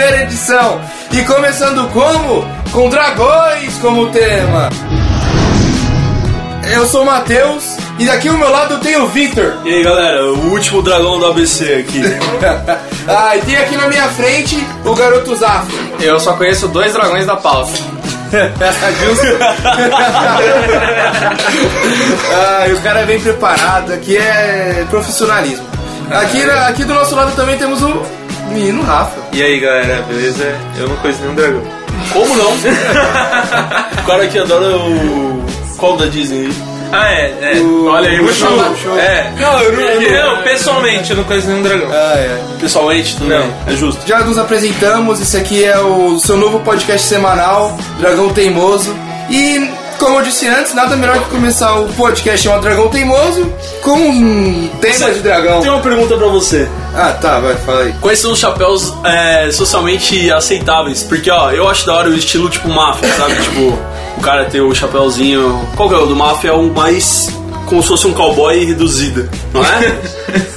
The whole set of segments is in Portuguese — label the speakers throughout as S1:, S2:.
S1: coração. E começando como? Com dragões como tema. Eu sou o Matheus e daqui ao meu lado tem o Victor.
S2: E aí galera, o último dragão do ABC aqui.
S1: ah, e tem aqui na minha frente o garoto Zafo.
S3: Eu só conheço dois dragões da pausa.
S1: Justo? ah, e o cara é bem preparado, aqui é profissionalismo. Aqui, na- aqui do nosso lado também temos o menino Rafa.
S4: E aí galera, beleza? Eu não conheço nenhum dragão.
S2: Como não? o cara que adora o. Qual da Disney?
S4: Ah, é, é.
S3: Olha aí,
S1: o
S3: o
S1: show.
S3: show.
S4: É.
S2: Não, eu não- eu não-
S4: Não, pessoalmente, eu não conheço nenhum dragão.
S1: Ah, é.
S2: Pessoalmente, tudo
S4: Não.
S2: bem. É justo.
S1: Já nos apresentamos, esse aqui é o seu novo podcast semanal, Dragão Teimoso. E, como eu disse antes, nada melhor que começar o podcast chamado Dragão Teimoso com um tema de dragão.
S2: Tem uma pergunta pra você.
S1: Ah, tá, vai, fala aí.
S2: Quais são os chapéus é, socialmente aceitáveis? Porque, ó, eu acho da hora o estilo tipo máfia, sabe? tipo, o cara ter o chapéuzinho. Qual que é o do máfia? É o mais. Como se fosse um cowboy reduzido, não é?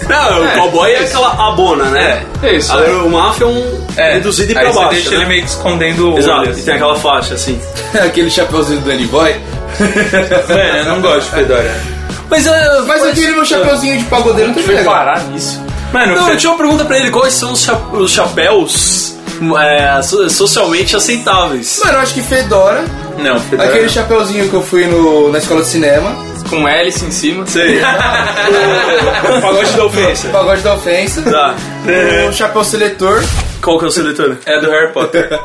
S2: não, o cowboy é aquela abona, né?
S3: É, isso,
S2: Agora, o máfia é um
S4: É.
S2: reduzido e
S4: aí
S2: pra
S4: você
S2: baixo.
S4: deixa
S2: né?
S4: ele meio que escondendo o olho.
S2: Exato, e
S4: assim.
S2: tem aquela faixa assim.
S1: Aquele chapeuzinho do Danny Boy.
S4: Mano, É, eu não gosto de Fedora.
S2: Mas, é,
S1: Mas eu queria meu chapeuzinho de pagodeiro, não tem
S3: Foi
S1: legal.
S3: parar nisso.
S4: Mano,
S2: Não,
S4: você-
S2: eu tinha uma pergunta pra ele: quais são os, cha- os chapéus é, so- socialmente aceitáveis?
S1: Mano, eu acho que Fedora,
S4: não, Fedora.
S1: aquele chapeuzinho que eu fui no, na escola de cinema,
S3: Com hélice em cima.
S2: Sei. o pagode da ofensa.
S1: pagode da ofensa,
S2: Tá.
S1: o chapéu seletor,
S2: Qual que é o seletor?
S4: É do Harry Potter.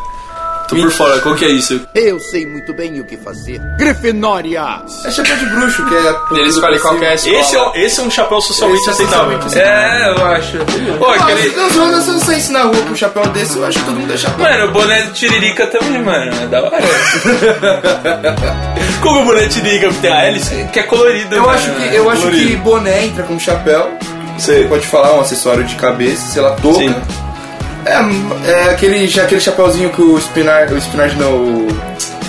S2: Tô por fora, qual que é isso?
S5: Eu sei muito bem o que fazer. Grifinória!
S1: é chapéu de bruxo, que é.
S3: Ele escolhe qualquer escola.
S2: Esse é, o- esse é um chapéu socialmente
S1: Esse é
S2: aceitável.
S1: socialmente
S4: é, eu acho. Pô,
S1: Ah,
S4: aquele.
S1: se- não, se eu não- se eu não saísse na rua com um chapéu desse, eu acho que todo mundo é chapéu.
S4: Mano, o boné do Tiririca também, mano. É da hora.
S2: Como o bonete liga que tem a hélice?
S4: que é colorido,
S1: Eu
S4: mano.
S1: acho que, eu acho que
S2: colorido.
S1: boné entra com chapéu. Você
S2: Sei.
S1: pode falar um acessório de cabeça, sei lá, touca.
S2: Sim.
S1: É, é aquele, aquele chapéuzinho que o Spinard. O Spinard não, o,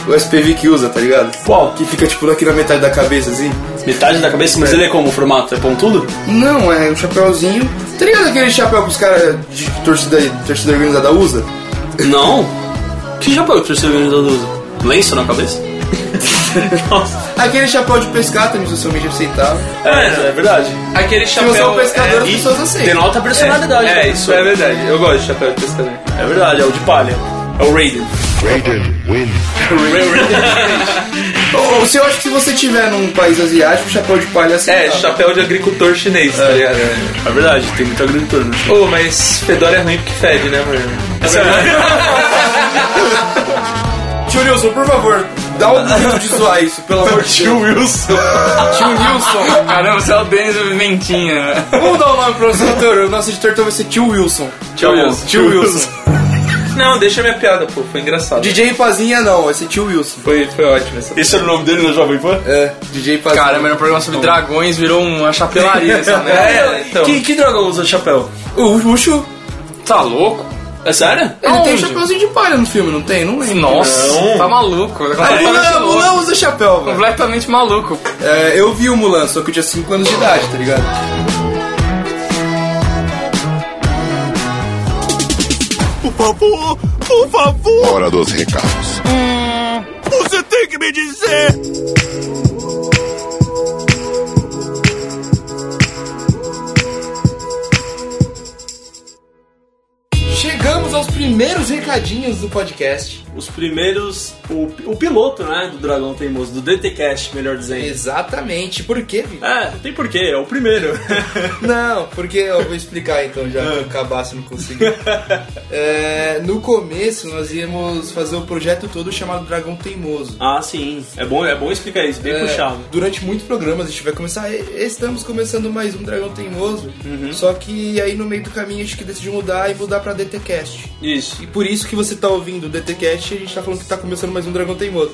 S1: o SPV que usa, tá ligado?
S2: Qual?
S1: Que fica tipo aqui na metade da cabeça, assim.
S2: Metade da cabeça, mas ele é como o formato? É pontudo?
S1: Não, é um chapéuzinho. Tá ligado aquele chapéu que os caras de torcida, torcida organizada usa?
S2: Não. Que chapéu que o terceiro organizador usa? Lenço na cabeça? Nossa.
S1: Aquele chapéu de pescar também socialmente aceitável.
S2: É, é verdade.
S4: Aquele
S1: Se você é um
S4: chapéu.
S1: pescador, as
S4: é,
S1: pessoas aceitam.
S2: Denota personalidade.
S4: é,
S2: né?
S4: isso é verdade. Eu gosto de chapéu de pescador.
S2: É verdade, é o de palha. É o Raiden.
S6: Raiden wins.
S1: Ou se eu acho que se você tiver num país asiático, chapéu de palha é
S4: É,
S1: aceitável.
S4: chapéu de agricultor chinês, tá ligado?
S2: Tá. É verdade, tem muito agricultor, né?
S4: Ô, mas Fedora é ruim porque fede, né, mano?
S1: Tio Nilson, por favor, dá um jeito de zoar isso, pelo amor de Deus.
S2: Wilson.
S3: Tio Wilson. Caramba, você é o Denis Mentinha.
S1: Vamos dar o nome pro nosso editor. O nosso editor então vai ser Tio Wilson.
S4: Tio Wilson.
S1: Tio Wilson.
S4: Não, deixa minha piada, pô. Foi engraçado.
S1: DJ Pazinha não, vai ser Tio Wilson.
S4: Foi, foi ótimo essa.
S2: Esse era o nome dele na Jovem Pan?
S1: É, DJ Pazinha.
S3: Caramba, era um programa sobre dragões, virou uma chapelaria essa merda.
S4: É, então.
S2: Que, que dragão usa chapéu?
S1: o Ucho,
S3: Tá louco?
S2: É sério?
S1: ele tem
S3: Aonde?
S1: chapéuzinho de palha no filme, não tem? Não lembro.
S3: Nossa,
S4: Não.
S3: tá maluco.
S1: Ah, Mulan,
S3: Completamente louco.
S1: Mulan usa chapéu, velho.
S3: Completamente maluco.
S1: É, eu vi o Mulan, só que eu tinha 5 anos de idade, tá ligado?
S5: Por favor! Por favor!
S6: Hora dos recados.
S5: Você tem que me dizer!
S1: Chegamos aos primeiros recadinhos do podcast.
S2: Os primeiros. O, o piloto, né? Do Dragão Teimoso, do DTCast, melhor dizendo.
S1: Exatamente. Por quê, Vitor?
S2: É, não tem porquê, é o primeiro.
S1: Não, porque eu vou explicar então, já que o cabaço não conseguiu. É, no começo nós íamos fazer o projeto todo chamado Dragão Teimoso.
S2: ah, sim. É bom, é bom explicar isso, bem
S1: É,
S2: puxado.
S1: durante muitos programas a gente vai começar. e- Estamos começando mais um Dragão Teimoso. Só que aí no meio do caminho a gente decidiu mudar e mudar pra DTCast.
S2: Isso.
S1: E por isso que você tá ouvindo o DTCast e a gente tá falando que tá começando mais um Dragão Teimoso.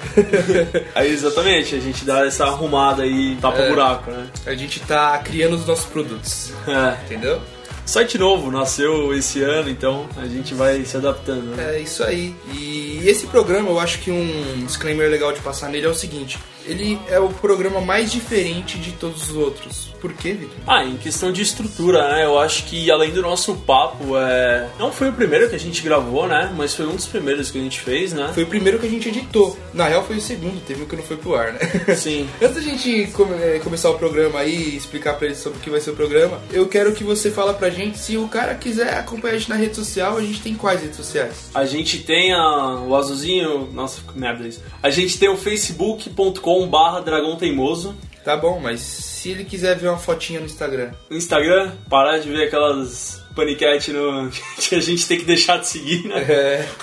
S2: Aí, exatamente, a gente dá essa arrumada aí, tapa buraco, né?
S1: a gente tá criando os nossos produtos,
S2: É.
S1: entendeu?
S2: Site novo, nasceu esse ano, então a gente vai se adaptando. Né?
S1: É isso aí. E esse programa, eu acho que um disclaimer legal de passar nele é o seguinte: ele é o programa mais diferente de todos os outros. Por quê, Vitor?
S2: Ah, em questão de estrutura, né? Eu acho que além do nosso papo, é... não foi o primeiro que a gente gravou, né? Mas foi um dos primeiros que a gente fez, né?
S1: Foi o primeiro que a gente editou. Na real, foi o segundo, teve um que não foi pro ar, né?
S2: Sim.
S1: Antes da gente come- eh, começar o programa aí e explicar pra eles sobre o que vai ser o programa, eu quero que você fala pra gente se o cara quiser acompanhar a gente na rede social, a gente tem quais redes sociais?
S2: A gente tem a, o azulzinho. Nossa, que merda isso. A gente tem o facebook.com/barra dragão teimoso.
S1: Tá bom, mas se ele quiser ver uma fotinha no Instagram,
S2: No Instagram, parar de ver aquelas paniquete no... que a gente tem que deixar de seguir, né?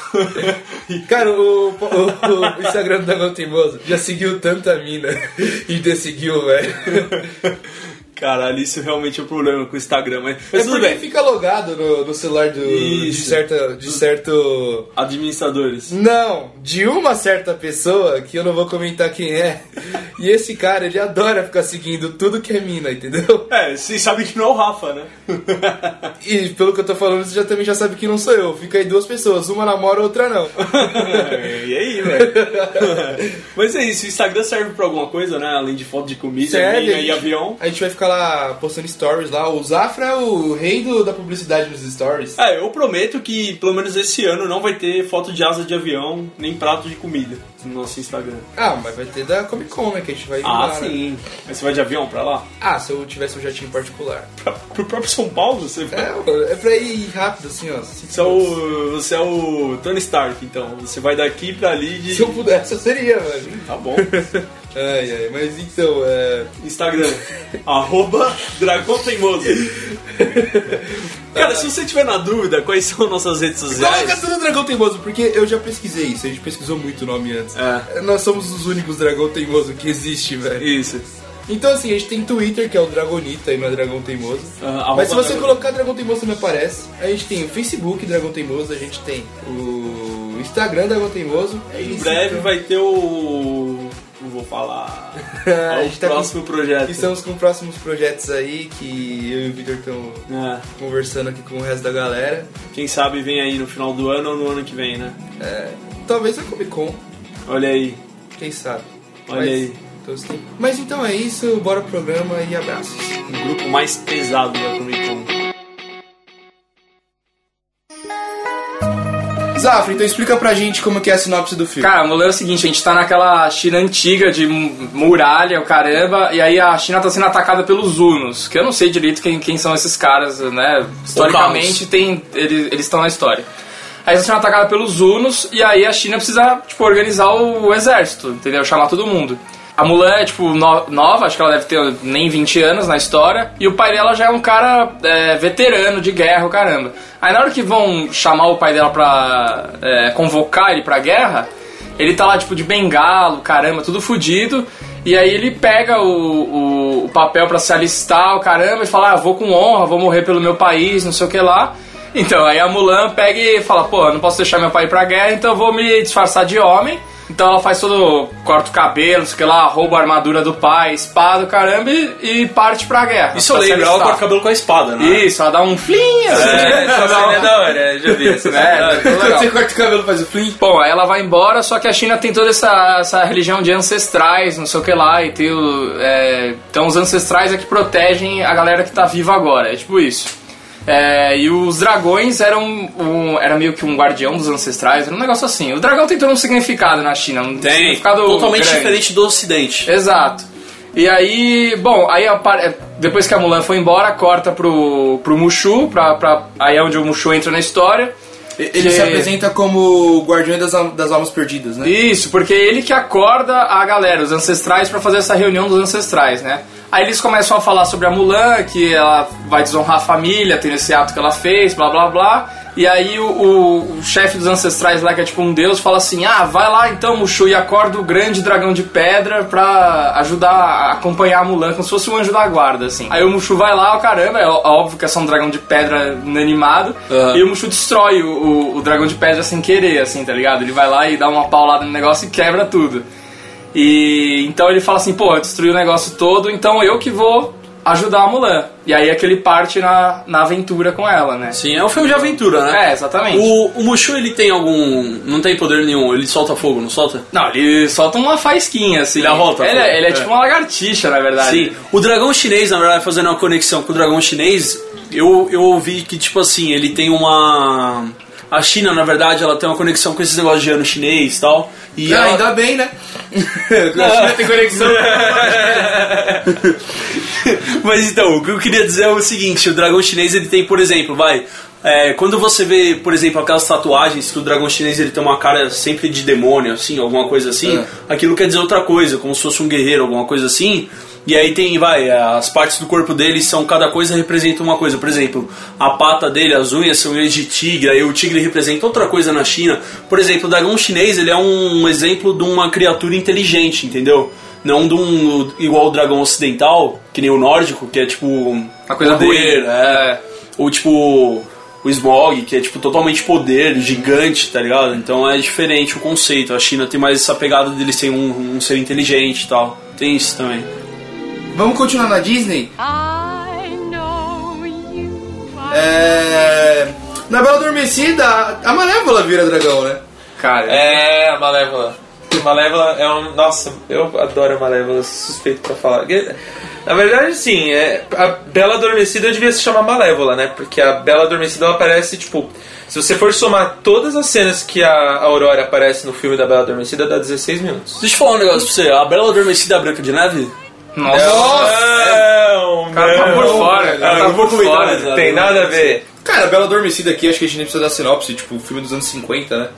S1: É. Cara, o, o- o Instagram do Dragão Teimoso já seguiu tanta mina e desseguiu, velho.
S2: Caralho, isso realmente é um problema com o Instagram, mas, mas
S1: é
S2: tudo
S1: porque
S2: bem.
S1: fica logado no, no celular do, de,
S2: Isso.
S1: certa, de certo.
S2: Administradores.
S1: Não, de uma certa pessoa que eu não vou comentar quem é. E esse cara, ele adora ficar seguindo tudo que é mina, entendeu?
S2: É, vocês sabem que não é o Rafa, né?
S1: E pelo que eu tô falando, você já também já sabe que não sou eu. Fica aí duas pessoas, uma namora, outra não.
S2: É, e aí, velho? Mas é isso, o Instagram serve pra alguma coisa, né? Além de foto de comida,
S1: Sério?
S2: é mina e avião.
S1: A gente vai ficar lá postando stories lá. O Zafra é o rei do- da publicidade nos stories.
S2: É, eu prometo que pelo menos esse ano não vai ter foto de asa de avião nem prato de comida no nosso Instagram.
S1: Ah, mas vai ter da Comic Con, né? Que a gente vai
S2: Ah,
S1: lá, né?
S2: sim. Mas você vai de avião pra lá?
S1: Ah, se eu tivesse um jatinho particular.
S2: Pra, pro próprio São Paulo? Você vai?
S1: É, mano, é pra ir rápido, assim, ó. Se,
S2: Você é, o, você é o Tony Stark, então. Você vai daqui pra ali de.
S1: se eu pudesse, eu seria, mano.
S2: Tá bom.
S1: Ai, ai, mas então, é...
S2: Instagram, arroba Dragão Teimoso. Cara, se você tiver na dúvida quais são nossas redes
S1: Coloca
S2: sociais.
S1: tudo no Dragão Teimoso, porque eu já pesquisei isso. A gente pesquisou muito o nome antes.
S2: É.
S1: Nós somos os únicos Dragão Teimoso que existe, velho.
S2: Isso.
S1: Então, assim, a gente tem Twitter, que é o Dragonita, e não é Dragão Teimoso.
S2: Ah,
S1: Mas se
S2: arroba
S1: você
S2: Dragão-
S1: colocar Dragão Teimoso não aparece. A gente tem o Facebook Dragão Teimoso, a gente tem o Instagram Dragão Teimoso. É
S2: Em
S1: isso,
S2: breve
S1: então.
S2: vai ter o. Não vou falar.
S1: A
S2: É
S1: gente
S2: o
S1: tá com- é
S2: próximo projeto.
S1: E estamos com próximos projetos aí que eu e o Victor estão
S2: É,
S1: conversando aqui com o resto da galera.
S2: quem sabe vem aí no final do ano ou no ano que vem, né?
S1: Talvez a Comic Con,
S2: Olha aí.
S1: quem sabe.
S2: Olha
S1: Mas-
S2: aí.
S1: então você tem- Mas então é isso, bora pro programa e abraços.
S2: O um grupo mais pesado da Comic Con.
S1: Zafra, então explica pra gente como que é a sinopse do filme.
S3: Cara, o rolê é o seguinte, a gente tá naquela China antiga de mu- muralha, o caramba, e aí a China tá sendo atacada pelos Hunos, que eu não sei direito quem, quem são esses caras, né? Historicamente tem, eles eles estão na história. Aí eles estão sendo atacados pelos Hunos, e aí a China precisa, tipo, organizar o, o exército, entendeu? Chamar todo mundo. A Mulan é, tipo, no- nova, acho que ela deve ter nem 20 anos na história, e o pai dela já é um cara é, veterano de guerra, o caramba. Aí na hora que vão chamar o pai dela pra é, convocar ele pra guerra, ele tá lá, tipo, de bengalo, caramba, tudo fudido. E aí ele pega o, o, o papel pra se alistar, o caramba, e fala, ah, vou com honra, vou morrer pelo meu país, não sei o que lá. Então, aí a Mulan pega e fala, pô, eu não posso deixar meu pai ir pra guerra, então eu vou me disfarçar de homem. Então ela faz todo, corta o cabelo, não sei o que lá, rouba a armadura do pai, espada, o caramba, e, e parte pra guerra.
S2: Isso eu
S3: pra se
S2: lembro, ela
S3: alistar.
S2: corta o cabelo com a espada, né?
S3: Isso, ela dá um flim, assim,
S4: É,
S3: dá
S4: essa
S2: um
S4: cena
S3: uma-
S4: é da hora, já vi essa cena é da
S3: É,
S4: hora.
S3: ficou legal.
S1: corta o cabelo faz o flim?
S3: Bom, aí ela vai embora, só que a China tem toda essa, essa religião de ancestrais, não sei o que lá, e tem o. é, então os ancestrais é que protegem a galera que tá viva agora, é tipo isso. É, e os dragões eram um, era meio que um guardião dos ancestrais, era um negócio assim. O dragão tem todo um significado na China, um significado
S2: Totalmente
S3: grande.
S2: diferente do Ocidente.
S3: Exato. E aí, bom, aí apare- depois que a Mulan foi embora, corta pro, pro Mushu, pra, pra, aí é onde o Mushu entra na história.
S1: Ele
S3: que-
S1: se apresenta como o guardião das, al- das almas perdidas, né?
S3: Isso, porque é ele que acorda a galera, os ancestrais, pra fazer essa reunião dos ancestrais, né? Aí eles começam a falar sobre a Mulan, que ela vai desonrar a família, tendo esse ato que ela fez, blá blá blá. E aí o, o- o chefe dos ancestrais lá, que é tipo um deus, fala assim: Ah, vai lá então, Mushu, e acorda o grande dragão de pedra pra ajudar a acompanhar a Mulan, como se fosse um anjo da guarda, assim. Aí o Mushu vai lá, ó, caramba, é ó- óbvio que é só um dragão de pedra inanimado. E o Mushu destrói o, o- o dragão de pedra sem querer, assim, tá ligado? Ele vai lá e dá uma paulada no negócio e quebra tudo. E então ele fala assim, pô, eu destruí o negócio todo, então eu que vou ajudar a Mulan. E aí é que ele parte na, na aventura com ela, né?
S2: Sim, é um filme de aventura, né?
S3: É, exatamente.
S2: O, o Mushu, ele tem algum... Não tem poder nenhum. Ele solta fogo, não solta?
S3: Não, ele solta uma faisquinha, assim.
S2: Ele arrota,
S3: Ele,
S2: pô.
S3: é- ele é
S2: É.
S3: tipo uma lagartixa, na verdade.
S2: Sim. O dragão chinês, na verdade, fazendo uma conexão com o dragão chinês, eu, eu ouvi que, tipo assim, ele tem uma... A China, na verdade, ela tem uma conexão com esses negócios de ano chinês e tal. E
S1: E
S3: então
S2: ela-
S1: ainda bem, né? A China tem conexão.
S2: Mas então, o que eu queria dizer é o seguinte: o dragão chinês ele tem, por exemplo, vai. é, quando você vê, por exemplo, aquelas tatuagens que o dragão chinês ele tem uma cara sempre de demônio, assim, alguma coisa assim, aquilo quer dizer outra coisa, como se fosse um guerreiro, alguma coisa assim. E aí tem, vai, as partes do corpo dele são, cada coisa representa uma coisa. Por exemplo, a pata dele, as unhas são unhas de tigre, aí o tigre representa outra coisa na China. Por exemplo, o dragão chinês, ele é um exemplo de uma criatura inteligente, entendeu? Não de um igual o dragão ocidental, que nem o nórdico, que é tipo. Uma
S3: coisa
S2: poder,
S3: ruim.
S2: é. Ou tipo. O Smog, que é tipo totalmente poder, gigante, tá ligado? Então é diferente o conceito. A China tem mais essa pegada dele ser um, um ser inteligente e tal. Tem isso também.
S1: Vamos continuar na Disney?
S7: I know you are.
S8: Eh.
S1: É... Na Bela Adormecida, a- a Malévola vira dragão, né?
S3: Cara,
S4: É, a Malévola. Malévola é um. Nossa, eu adoro a Malévola, suspeito pra falar. Porque, Na verdade, sim, é, a Bela Adormecida devia se chamar Malévola, né? Porque a Bela Adormecida ela aparece, tipo. Se você for somar todas as cenas que a Aurora aparece no filme da Bela Adormecida, dá 16 minutos.
S2: Deixa eu falar um negócio pra você. A Bela Adormecida a Branca de Neve?
S3: nossa.
S4: Não,
S3: cara tá por fora, cara tá
S4: não vou
S3: por
S4: comentar,
S3: fora,
S4: não Tem nada a ver.
S1: Cara, a Bela Adormecida aqui, acho que a gente nem precisa dar sinopse, tipo, o filme dos anos 50, né?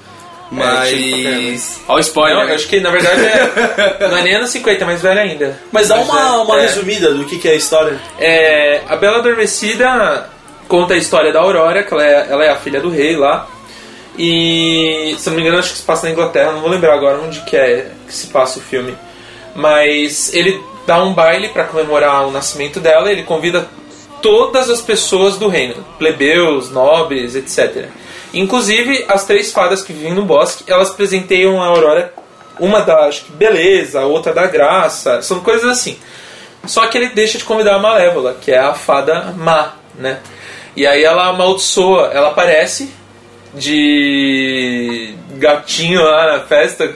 S1: Mas...
S3: Olha o spoiler.
S4: Não, eu acho que na verdade é. Não é nem anos 50, é mais velho ainda.
S2: Mas dá
S4: Mas
S2: uma,
S4: é-
S2: uma
S4: é.
S2: resumida do que, que é a história.
S4: É, a Bela Adormecida conta a história da Aurora, que ela é, ela é a filha do rei lá. E, se não me engano, acho que se passa na Inglaterra, não vou lembrar agora onde que é que se passa o filme. Mas ele dá um baile pra comemorar o nascimento dela, ele convida todas as pessoas do reino, plebeus, nobres, etc. Inclusive, as três fadas que vivem no bosque, elas presenteiam a Aurora, uma da, acho que, beleza, a outra da graça, são coisas assim. Só que ele deixa de convidar a Malévola, que é a fada má, né? E aí ela amaldiçoa, ela aparece de gatinho lá na festa,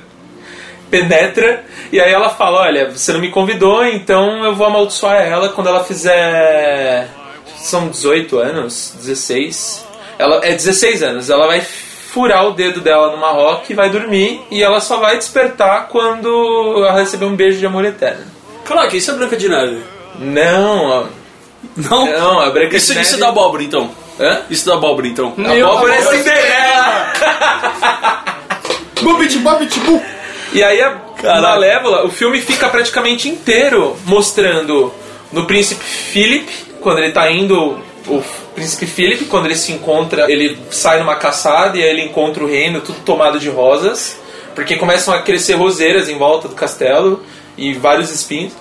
S4: penetra, e aí ela fala, olha, você não me convidou, então eu vou amaldiçoar ela quando ela fizer... São 18 anos? 16? Ela, é 16 anos, ela vai furar o dedo dela numa roca e vai dormir, e ela só vai despertar quando ela receber um beijo de amor eterno.
S2: Caraca, isso é Branca de Neve.
S4: Não, ó.
S2: Não?
S4: não, a Branca
S2: Isso,
S4: de Neve...
S2: isso da abóbora, então.
S4: Hã?
S2: Isso da abóbora, então.
S3: Eu-
S4: Abóbora é
S3: abóbora-
S4: Cinderela!
S1: Bubit, bobit, bu!
S4: E aí a Malévola, o filme fica praticamente inteiro mostrando no príncipe Philip, quando ele tá indo. O príncipe Philip, quando ele se encontra, ele sai numa caçada e aí ele encontra o reino tudo tomado de rosas. Porque começam a crescer roseiras em volta do castelo e vários espinhos.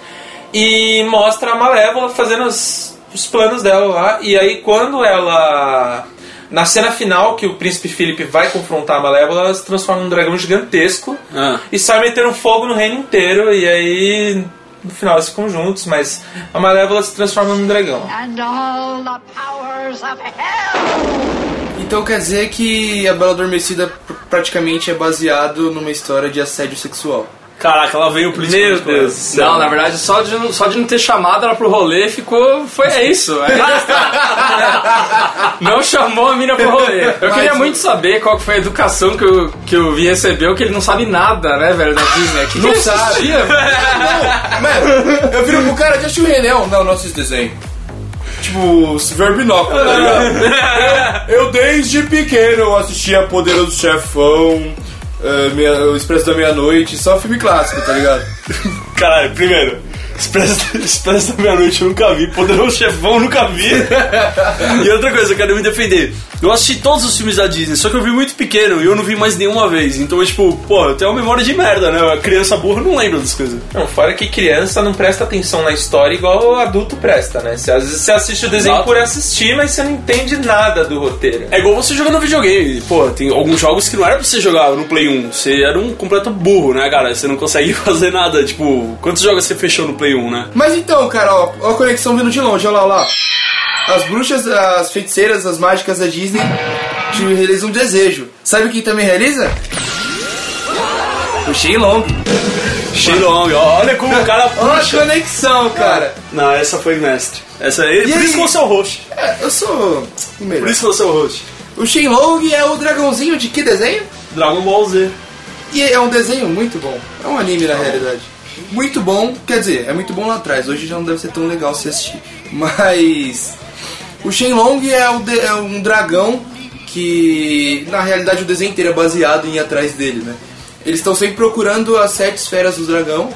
S4: E mostra a Malévola fazendo os, os planos dela lá. E aí quando ela. Na cena final que o príncipe Philip vai confrontar a Malévola, ela se transforma num dragão gigantesco
S2: Ah.
S4: e sai metendo fogo no reino inteiro. E aí, no final, eles ficam juntos, mas a Malévola se transforma num dragão.
S7: And all the powers of hell.
S1: Então quer dizer que a Bela Adormecida pr- praticamente é baseado numa história de assédio sexual.
S2: Caraca, ela veio política.
S4: Meu
S2: muito
S4: Deus do
S2: boa.
S4: céu.
S3: Não, na verdade, só de, não- só de não ter chamado ela pro rolê ficou. Foi é isso. é isso. não chamou a mina pro rolê. Eu queria
S1: Mas-
S3: muito saber qual que foi a educação que o, que o Vi recebeu, que ele não sabe nada, né, velho, da Disney. Que
S1: Não
S3: que ele
S1: sabe.
S3: assistia, velho?
S1: Mano, eu viro pro cara, já achei o Rei Leão. Não, não assisto desenho. Tipo, se ver binóculo, tá ligado? Eu, eu desde pequeno assistia Poderoso Chefão, eh, Meia- O Expresso da Meia-Noite, só filme clássico, tá ligado?
S2: Caralho, primeiro. Expresso, Expresso da meia-noite eu nunca vi, Poderoso Chefão eu nunca vi. E outra coisa, eu quero me defender. Eu assisti todos os filmes da Disney, só que eu vi muito pequeno e eu não vi mais nenhuma vez. Então, eu, tipo, pô, eu tenho uma memória de merda, né? A criança burra não lembra das coisas.
S4: Não, fora que criança não presta atenção na história igual o adulto presta, né? Você, às vezes você assiste o desenho
S2: Exato.
S4: por assistir, mas você não entende nada do roteiro.
S2: É igual você jogando videogame. Pô, tem alguns jogos que não era pra você jogar no Play 1. Você era um completo burro, né, cara? Você não consegue fazer nada. Tipo, quantos jogos você fechou no Play 1, né?
S1: Mas então, cara, ó, ó a conexão vindo de longe, olha lá, olha lá. As bruxas, as feiticeiras, as mágicas da Disney te realizam um desejo. Sabe quem também realiza? O Shenlong.
S2: Xilong, ó, olha como o cara
S1: Olha a
S2: puxa.
S1: conexão, cara.
S2: Não, essa foi mestre. Essa aí,
S1: E
S2: por
S1: aí?
S2: isso que você é o host.
S1: É, eu sou o
S2: Por
S1: melhor.
S2: isso que você é o host.
S1: O Shenlong é o dragãozinho de que desenho?
S2: Dragon Ball Z.
S1: E é um desenho muito bom. É um anime na realidade. Muito bom, quer dizer, é muito bom lá atrás. Hoje já não deve ser tão legal se assistir. Mas o Shenlong é, o de- é um dragão que na realidade o desenho inteiro é baseado em ir atrás dele, né? Eles estão sempre procurando as sete esferas do dragão,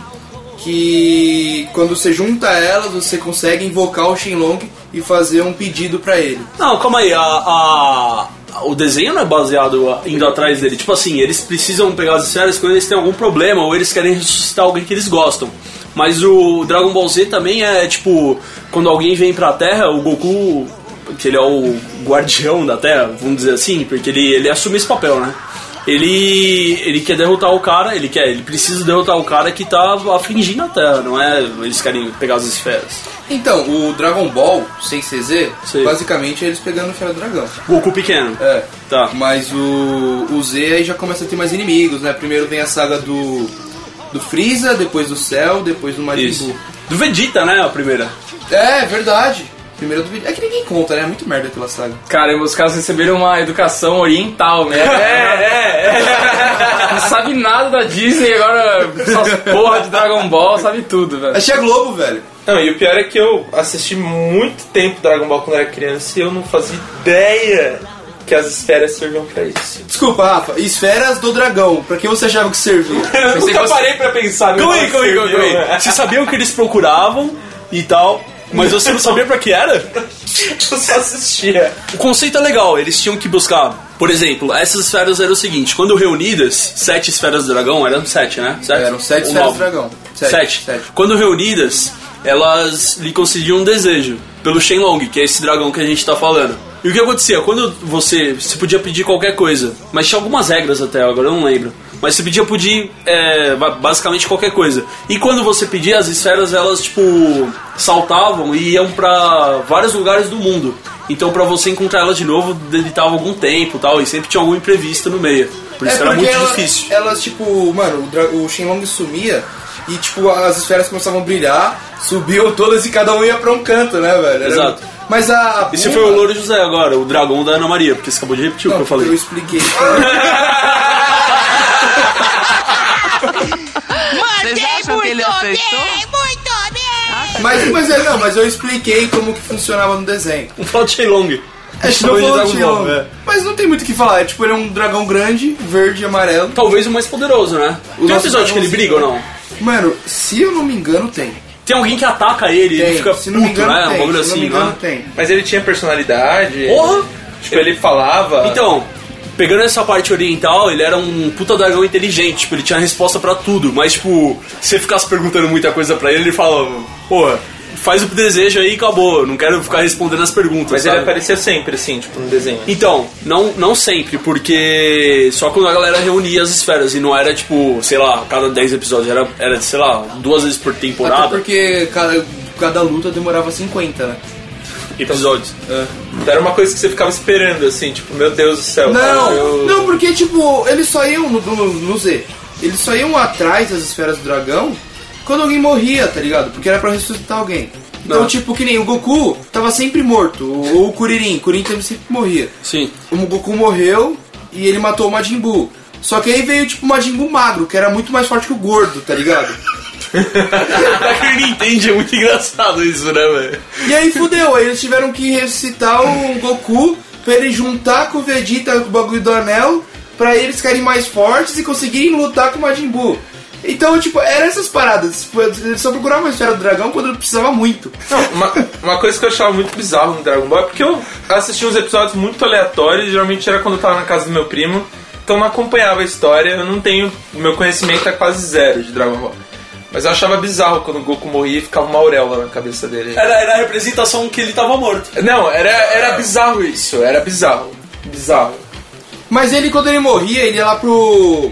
S1: que quando você junta elas, você consegue invocar o Shenlong e fazer um pedido pra ele.
S2: Não, calma aí, a, a- o desenho não é baseado a- indo atrás dele. Tipo assim, eles precisam pegar as esferas quando eles têm algum problema ou eles querem ressuscitar alguém que eles gostam. Mas o Dragon Ball Z também é tipo, quando alguém vem pra Terra, o Goku, que ele é o guardião da Terra, vamos dizer assim, porque ele, ele assume esse papel, né? Ele, ele quer derrotar o cara, ele quer, ele precisa derrotar o cara que tá afligindo a Terra, não é? Eles querem pegar as esferas.
S1: Então, o Dragon Ball, sem CZ,
S2: Sim.
S1: basicamente é eles pegando o esfera do dragão.
S2: Goku pequeno.
S1: É.
S2: Tá.
S1: Mas o, o Z aí já começa a ter mais inimigos, né? Primeiro vem a saga do. do Freeza, depois do Cell, depois do Majin
S2: Isso.
S1: Buu.
S2: Do Vegeta, né? A primeira.
S1: É, verdade. Primeiro do vídeo. É que ninguém conta, né? É muito merda aquela saga.
S3: Caramba, os caras receberam uma educação oriental, né? É, é, Não sabe nada da Disney, agora essas porra de Dragon Ball, sabe tudo, velho.
S1: Achei a Globo, velho.
S4: Não, e o pior é que eu assisti muito tempo Dragon Ball quando era criança e eu não fazia ideia que as esferas serviam pra isso.
S1: Desculpa, Rafa. Esferas do Dragão. Pra quem você achava que serviu?
S4: Eu
S3: Pensei
S4: nunca
S3: que você-
S4: parei pra pensar no
S2: Calma aí,
S4: que
S2: calma aí, calma aí,
S4: serviu,
S2: calma aí.
S4: né?
S2: Você sabia o que eles procuravam e tal, mas você não sabia pra que era?
S4: Eu só assistia.
S2: O conceito é legal, eles tinham que buscar. Por exemplo, essas esferas eram o seguinte: quando reunidas, sete esferas do dragão, eram sete, né? Sete?
S1: Eram sete
S2: Ou
S1: esferas
S2: nove?
S1: do dragão.
S2: Sete.
S1: sete.
S2: Quando reunidas, elas lhe concediam um desejo pelo Shenlong, que é esse dragão que a gente tá falando. E o que acontecia? Quando você. Você podia pedir qualquer coisa, mas tinha algumas regras até, agora eu não lembro. Mas você podia pedir é, ba- basicamente qualquer coisa. E quando você pedia, as esferas elas, tipo, saltavam e iam pra vários lugares do mundo. Então, pra você encontrar ela de novo, dedicava algum tempo e tal, e sempre tinha algum imprevisto no meio. Por isso era muito
S1: É ela-
S2: difícil.
S1: Elas, tipo, mano, o, dra- o Shenlong sumia e, tipo, as esferas começavam a brilhar, subiam todas e cada um ia pra um canto, né, velho? Era-
S2: Exato.
S1: Mas a. a
S2: Esse
S1: Bulma-
S2: foi o Louro José agora, o dragão da Ana Maria, porque você acabou de repetir o que eu falei.
S1: Eu expliquei.
S8: Vocês acham que ele aceitou?
S7: muito bem!
S1: Mas, mas, é, não, mas eu expliquei como que funcionava no desenho.
S2: Um Fala de Shenlong.
S1: A gente É, não
S2: É, Falou de
S1: falou
S2: Dragon
S1: de
S2: Ball,
S1: Shenlong.
S2: é.
S1: né? Mas não tem muito o que falar. É, tipo, ele é um dragão grande, verde e amarelo.
S2: Talvez o mais poderoso, né?
S1: O
S2: tem um
S1: nosso
S2: episódio que ele
S1: dragãozinho.
S2: briga ou não?
S1: Mano, se eu não me engano, tem.
S2: Tem alguém que ataca ele e
S1: Tem.
S2: ele fica
S1: se
S2: puto,
S1: não me engano,
S2: né?
S1: tem.
S2: Um bagulho
S1: se não
S2: assim,
S1: me engano,
S2: né?
S1: tem.
S4: Mas ele tinha personalidade.
S2: Porra!
S4: Tipo, ele falava.
S2: Então, pegando essa parte oriental, ele era um puta dragão inteligente, tipo, ele tinha resposta pra tudo, mas tipo, se você ficasse perguntando muita coisa pra ele, ele falava, pô, faz o que deseja aí e acabou, não quero ficar respondendo as perguntas.
S4: Mas ele
S2: sabe?
S4: aparecia sempre, assim, tipo, no desenho.
S2: Então, não, não sempre, porque só quando a galera reunia as esferas e não era tipo, sei lá, cada 10 episódios, era, era sei lá, duas vezes por temporada,
S1: Até porque cada, cada luta demorava 50, né?
S2: episódios.
S4: Então era uma coisa que você ficava esperando, assim, tipo, meu Deus do céu. cara,
S1: Não,
S4: eu-
S1: não, porque, tipo, eles só iam no, no, no Z. Eles só iam atrás das esferas do dragão quando alguém morria, tá ligado? Porque era pra ressuscitar alguém. Então,
S2: Não.
S1: tipo, que nem o Goku tava sempre morto, ou o Kuririn. O Kuririn também sempre morria.
S2: Sim.
S1: O Goku morreu e ele matou o Majin Buu. Só que aí veio, tipo, o Majin Buu magro, que era muito mais forte que o gordo, tá ligado?
S2: Pra quem não entende, é muito engraçado isso, né, velho?
S1: E aí fudeu, aí eles tiveram que ressuscitar o Goku pra ele juntar com o Vegeta com o bagulho do anel pra eles ficarem mais fortes e conseguirem lutar com o Majin Buu. Então, tipo, eram essas paradas. Tipo, eles só procuravam a esfera do dragão quando precisava muito.
S4: Não, uma, uma coisa que eu achava muito bizarro no Dragon Ball é porque eu assistia uns episódios muito aleatórios, geralmente era quando eu tava na casa do meu primo, então eu não acompanhava a história, eu não tenho. Meu conhecimento é quase zero de Dragon Ball. Mas eu achava bizarro quando o Goku morria e ficava uma auréola na cabeça dele.
S2: Era, era a representação que ele tava morto.
S4: Não, era, era bizarro isso, era bizarro. Bizarro.
S1: Mas ele, quando ele morria, ele ia lá pro.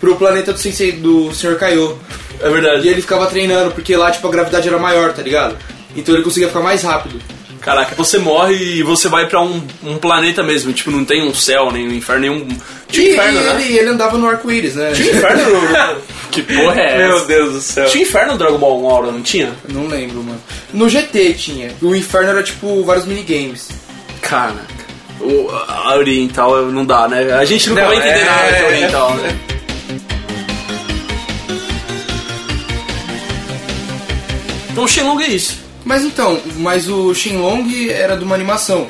S1: pro planeta do sensei do Sr. Kaiô.
S2: É verdade.
S1: E ele ficava treinando, porque lá, tipo, a gravidade era maior, tá ligado? Então ele conseguia ficar mais rápido.
S2: Caraca, você morre e você vai pra um, um planeta mesmo. Tipo, não tem um céu, nem um inferno, nenhum.
S1: E,
S2: Tipo inferno,
S1: e
S2: né?
S1: ele, ele andava no arco-íris, né?
S2: Tinha inferno no.
S3: Que porra é essa?
S4: Meu Deus do céu.
S2: Tinha inferno no Dragon Ball 1 Aura, não tinha?
S1: Não lembro, mano. No GT tinha. O inferno era, tipo, vários minigames.
S2: Caraca. O, a oriental não dá, né? A gente nunca
S4: Não,
S2: vai entender
S4: é-
S2: nada de oriental, né? Então o Shenlong é isso.
S1: Mas então, mas o Shenlong era de uma animação.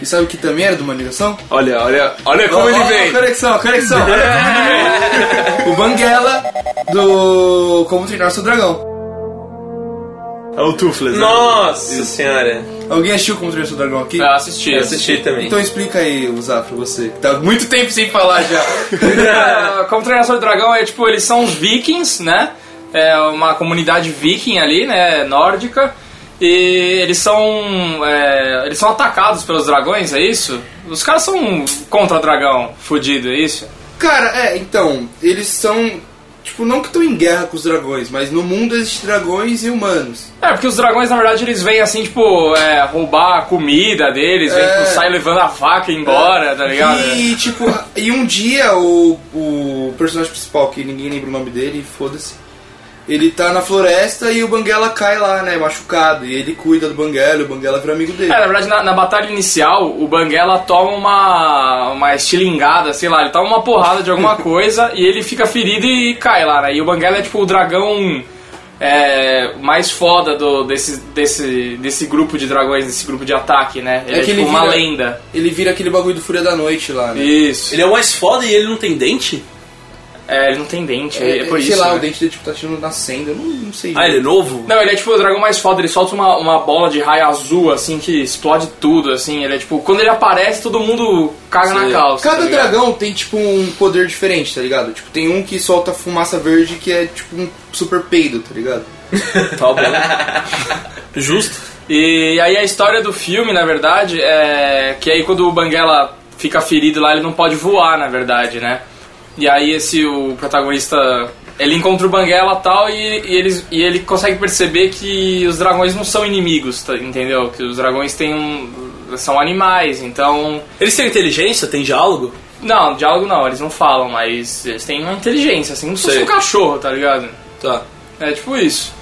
S1: E sabe o que também era de uma animação?
S2: Olha, olha, olha como ele
S1: Ó, ó,
S2: vem.
S1: Conexão, conexão. olha como ele vem. o Banguela do Como Treinar Seu Dragão.
S2: É o Tufles, né?
S4: Nossa senhora.
S1: Alguém assistiu Como Treinar Seu Dragão aqui?
S3: Ah, assisti,
S4: Eu
S3: assisti.
S4: assisti também.
S1: Então explica aí, Zafra, você. que Tá muito tempo sem falar já.
S3: Ah, Como Treinar Seu Dragão é tipo, eles são os vikings, né? É uma comunidade viking ali, né? Nórdica. E eles são. é, eles são atacados pelos dragões, é isso? Os caras são contra dragão fudido, é isso?
S1: Cara, é, então, eles são... Tipo, não que estão em guerra com os dragões, mas no mundo existem dragões e humanos.
S3: É, porque os dragões, na verdade, eles vêm assim, tipo, é, roubar a comida deles, vêm,
S1: É.
S3: tipo, sai levando a faca embora, tá ligado?
S1: E, tipo, e um dia o, o personagem principal, que ninguém lembra o nome dele, foda-se, ele tá na floresta e o Banguela cai lá, né, machucado. E ele cuida do Banguela, e o Banguela vira amigo dele.
S3: É, na verdade, na, na batalha inicial, o Banguela toma uma, uma estilingada, sei lá, ele toma uma porrada de alguma coisa e ele fica ferido e cai lá, né? E o Banguela é tipo o dragão é, mais foda do, desse, desse, desse grupo de dragões, desse grupo de ataque, né? Ele é,
S1: que
S3: tipo
S1: ele
S3: uma
S1: vira-
S3: lenda.
S1: Ele vira aquele bagulho do Fúria da Noite lá, né.
S3: Isso.
S2: Ele é o mais foda e ele não tem dente?
S3: É, ele não tem dente, é,
S1: É,
S3: é por
S1: sei
S3: isso.
S1: lá,
S3: né?
S1: o dente dele tipo, tá tirando nascendo, eu não, não sei.
S2: Ah, ele é novo?
S3: Não, ele é tipo o dragão mais foda, ele solta uma, uma bola de raio azul, assim, que explode tudo, assim. Ele é tipo, quando ele aparece, todo mundo caga na
S2: Sim.
S3: calça. tá
S1: Cada
S3: ligado?
S1: dragão tem, tipo, um poder diferente, tá ligado? Tipo, tem um que solta fumaça verde que é, tipo, um super peido, tá ligado?
S2: Tá bom. Justo.
S3: E aí a história do filme, na verdade, é que aí quando o Banguela fica ferido lá, ele não pode voar, na verdade, né? E aí esse o protagonista, ele encontra o Banguela tal e, e eles e ele consegue perceber que os dragões não são inimigos, tá- entendeu? Que os dragões têm um são animais, então
S2: Eles têm inteligência? Tem diálogo?
S3: não, diálogo não, eles não falam, mas eles têm uma inteligência, assim, como se fosse
S2: Sei.
S3: um cachorro, tá ligado?
S2: Tá.
S3: É tipo isso.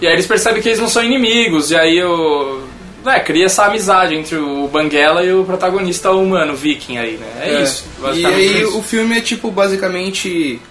S3: E aí eles percebem que eles não são inimigos, e aí o. É, cria essa amizade entre o Banguela e o protagonista humano, o Viking aí, né? É, isso.
S1: E
S3: basicamente
S1: aí
S3: isso.
S1: o filme é tipo basicamente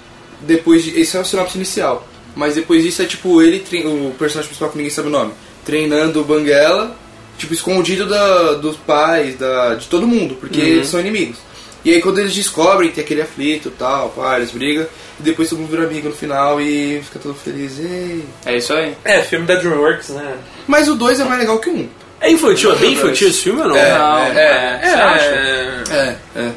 S1: depois de, esse é o sinopse inicial, mas depois disso é tipo ele trein- o personagem principal que ninguém sabe o nome, treinando o Banguela, tipo escondido da, dos pais, da, de todo mundo,
S3: Uhum.
S1: porque eles são inimigos. E aí quando eles descobrem, tem aquele é aflito, tal, pá, eles brigam, e depois todo mundo vira amigo no final e fica todo feliz. ei.
S3: É isso aí.
S4: É, filme da DreamWorks, né?
S1: Mas o 2 é mais legal que o 1. Um.
S2: É infantil? É bem infantil esse filme ou não?
S3: Não,
S4: É,
S3: Você acha?
S1: É, é.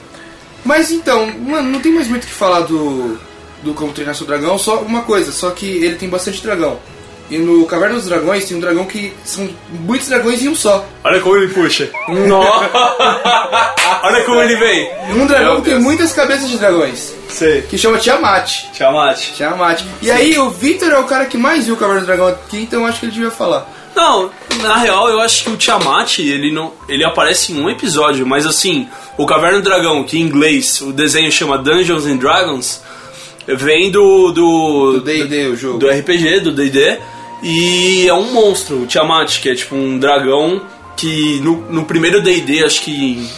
S1: Mas então, mano, não tem mais muito o que falar do, do Como Treinar Seu Dragão, só uma coisa, só que ele tem bastante dragão. E no Caverna dos Dragões tem um dragão que são muitos dragões em um só.
S2: Olha como ele puxa. Nossa! Olha como ele vem.
S1: Um dragão que tem muitas cabeças de dragões,
S2: Sei.
S1: que chama Tiamat.
S2: Tiamat.
S1: Tiamat. E aí o Victor é o cara que mais viu o Caverna do Dragão aqui, então acho que ele devia falar.
S2: Não, na real eu acho que o Tiamat, ele não, ele aparece em um episódio, mas assim, o Caverna do Dragão, que em inglês o desenho chama Dungeons and Dragons, vem do do
S1: Do D&D, o jogo.
S2: do RPG, do D&D, e é um monstro, o Tiamat, que é tipo um dragão que no, no primeiro D&D, acho que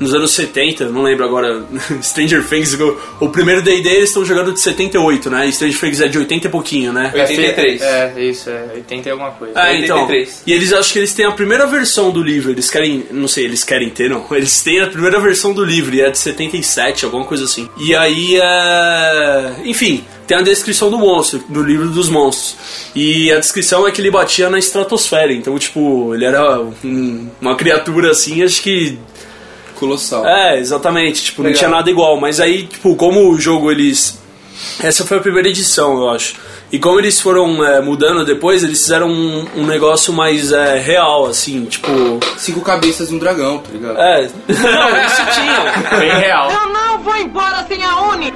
S2: nos anos 70, não lembro agora, Stranger Things, o, o primeiro D&D eles estão jogando de 78, né? E Stranger Things é de 80 e pouquinho, né?
S4: 83.
S3: É, isso, é. 80 e alguma coisa.
S2: Ah,
S4: 83.
S2: então. E eles acham que eles têm a primeira versão do livro. Eles querem. Não sei, eles querem ter, não. Eles têm a primeira versão do livro, e é de 77, alguma coisa assim. E aí é. Enfim, tem a descrição do monstro, do livro dos monstros. E a descrição é que ele batia na estratosfera, então, tipo, ele era um- uma criatura assim, acho que
S1: Colossal.
S2: é, exatamente. Tipo, não
S4: Legal.
S2: tinha nada igual. Mas aí, tipo, como o jogo eles. Essa foi a primeira edição, eu acho. E como eles foram é, mudando depois, eles fizeram um, um negócio mais é, real, assim, tipo.
S1: Cinco cabeças e um dragão, tá ligado?
S2: É. Não, isso tinha.
S3: Bem real.
S7: Eu não vou embora sem a Uni.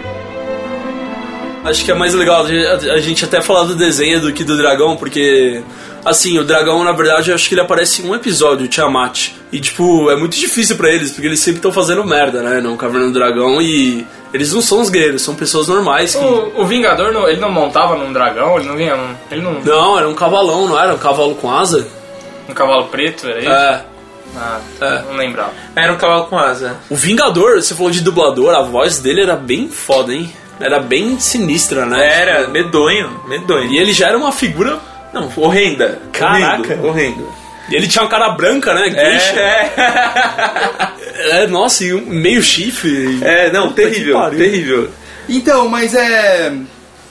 S2: Acho que é mais legal a a gente até falar do desenho do que do dragão, porque. Assim, o dragão, na verdade, eu acho que ele aparece em um episódio, o Tiamat. E, tipo, é muito difícil pra eles, porque eles sempre estão fazendo merda, né? Não, Caverna do Dragão e. Eles não são os guerreiros, são pessoas normais que.
S3: O, o Vingador, não- ele não montava num dragão? Ele não vinha num... Ele não...
S2: Não, era um cavalão, não era? Um cavalo com asa?
S3: Um cavalo preto, era isso?
S2: É.
S3: Ah,
S2: É.
S3: não lembrava.
S4: Era um cavalo com asa.
S2: O Vingador, você falou de dublador, a voz dele era bem foda, hein? Era bem sinistra, né?
S4: Era medonho, medonho.
S2: E ele já era uma figura.
S4: Não, horrenda.
S2: Caraca.
S4: Horrendo, horrendo.
S2: E ele tinha uma cara branca, né? Geisha. É. nossa, e um meio chifre.
S4: É, não,
S2: Puta que
S4: terrível,
S2: pariu.
S4: terrível.
S1: Então, mas é.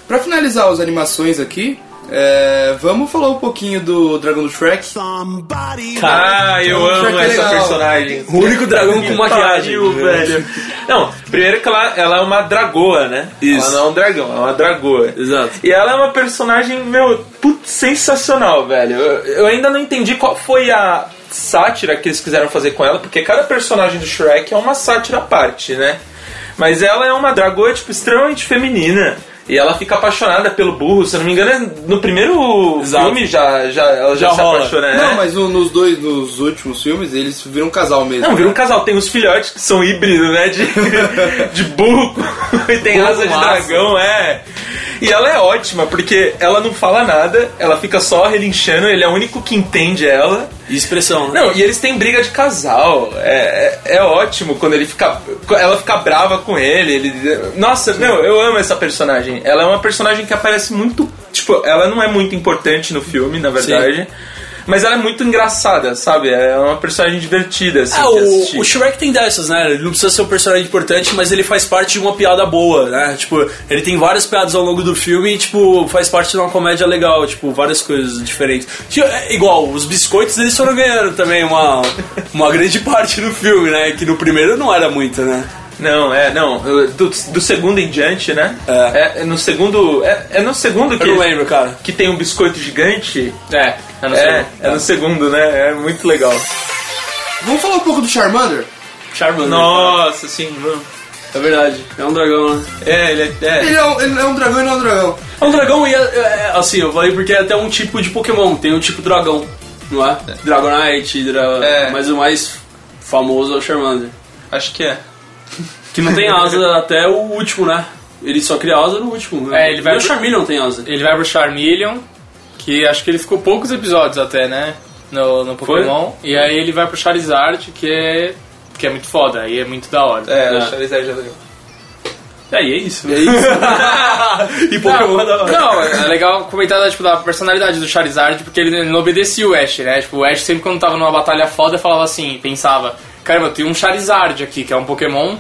S1: Pra finalizar as animações aqui, é, vamos falar um pouquinho do Dragão do Shrek.
S5: Somebody.
S2: Cara,
S4: Ah, eu
S1: Shrek
S4: amo
S1: é
S4: essa
S1: legal.
S4: personagem.
S2: o único dragão com maquiagem.
S4: Pariu, velho. Não, primeiro que ela, ela é uma dragoa, né?
S2: Isso.
S4: Ela não é um dragão, ela é uma dragoa.
S2: Exato.
S4: E ela é uma personagem, meu, putz, sensacional, velho. Eu, eu ainda não entendi qual foi a sátira que eles quiseram fazer com ela, porque cada personagem do Shrek é uma sátira à parte, né? Mas ela é uma dragoa, tipo, extremamente feminina. E ela fica apaixonada pelo burro, se eu não me engano, é no primeiro
S2: Exato.
S4: filme já, já, ela já,
S2: Já
S4: se
S2: rola.
S4: apaixona, né?
S1: Não, mas no- nos dois, nos últimos filmes, eles viram um casal mesmo.
S4: Não, vira um casal. Tem os filhotes que são híbridos, né? De, de burro e tem
S3: Burro
S4: asa de
S3: massa.
S4: dragão, é. E ela é ótima, porque ela não fala nada, ela fica só relinchando, ele é o único que entende ela.
S2: E expressão, né?
S4: Não, e eles têm briga de casal. É, é, é ótimo quando ele fica. Ela fica brava com ele. ele nossa, meu, eu amo essa personagem. Ela é uma personagem que aparece muito. Tipo, ela não é muito importante no filme, na verdade. Mas ela é muito engraçada, sabe? É uma personagem divertida, assim,
S2: Ah,
S4: de
S2: o,
S4: assistir.
S2: o Shrek tem dessas, né? Ele não precisa ser um personagem importante, mas ele faz parte de uma piada boa, né? Tipo, ele tem várias piadas ao longo do filme e, tipo, faz parte de uma comédia legal, tipo, várias coisas diferentes. Tipo, é igual, os biscoitos eles foram ganhando também uma, uma grande parte do filme, né? Que no primeiro não era muito, né?
S4: Não, é, não. Do, do segundo em diante, né?
S2: É.
S4: É, no segundo. É, é no segundo que,
S2: Eu não lembro, cara.
S4: que tem um biscoito gigante.
S3: É, eu não sei.
S4: É, é no segundo, né? É muito legal.
S1: Vamos falar um pouco do Charmander?
S2: Charmander.
S4: Nossa, sim, mano.
S2: É verdade. É um dragão, né?
S4: É, ele é. é.
S1: Ele é, um, ele é um dragão e não é um dragão.
S2: É um dragão e, é- é- é, assim, eu falei porque é até um tipo de Pokémon, tem um tipo dragão, não é? Dragonite, dra...
S4: É.
S2: mas o mais famoso é o Charmander.
S4: Acho que é.
S2: Que não tem asa até o último, né? Ele só cria asa no último. né?
S3: É, ele vai
S2: Nem o
S3: pro-
S2: Charmeleon tem asa.
S3: Ele vai pro Charmeleon, que acho que ele ficou poucos episódios até, né? No, no Pokémon. E aí ele vai pro Charizard, que é, que é muito foda, aí é muito da hora.
S4: É,
S2: É.
S4: o Charizard é legal.
S2: É, e é isso.
S3: né?
S2: É isso. e Pokémon
S3: Não,
S2: da hora.
S3: não, é legal comentar tipo, da personalidade do Charizard, porque ele não obedecia o Ash, né? Tipo, o Ash sempre quando tava numa batalha foda falava assim, pensava, caramba, eu tenho um Charizard aqui, que é um Pokémon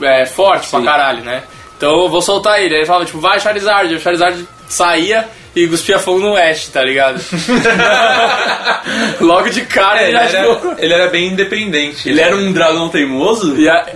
S3: é, forte pra caralho, né? Então eu vou soltar ele. Aí ele falava, tipo, vai Charizard, e o Charizard saía e cuspia fogo no Ash, tá ligado? Logo de cara
S4: É,
S3: ele
S4: ele,
S3: já tipo,
S4: era, ele era bem independente.
S2: Ele era um dragão teimoso?
S3: e a-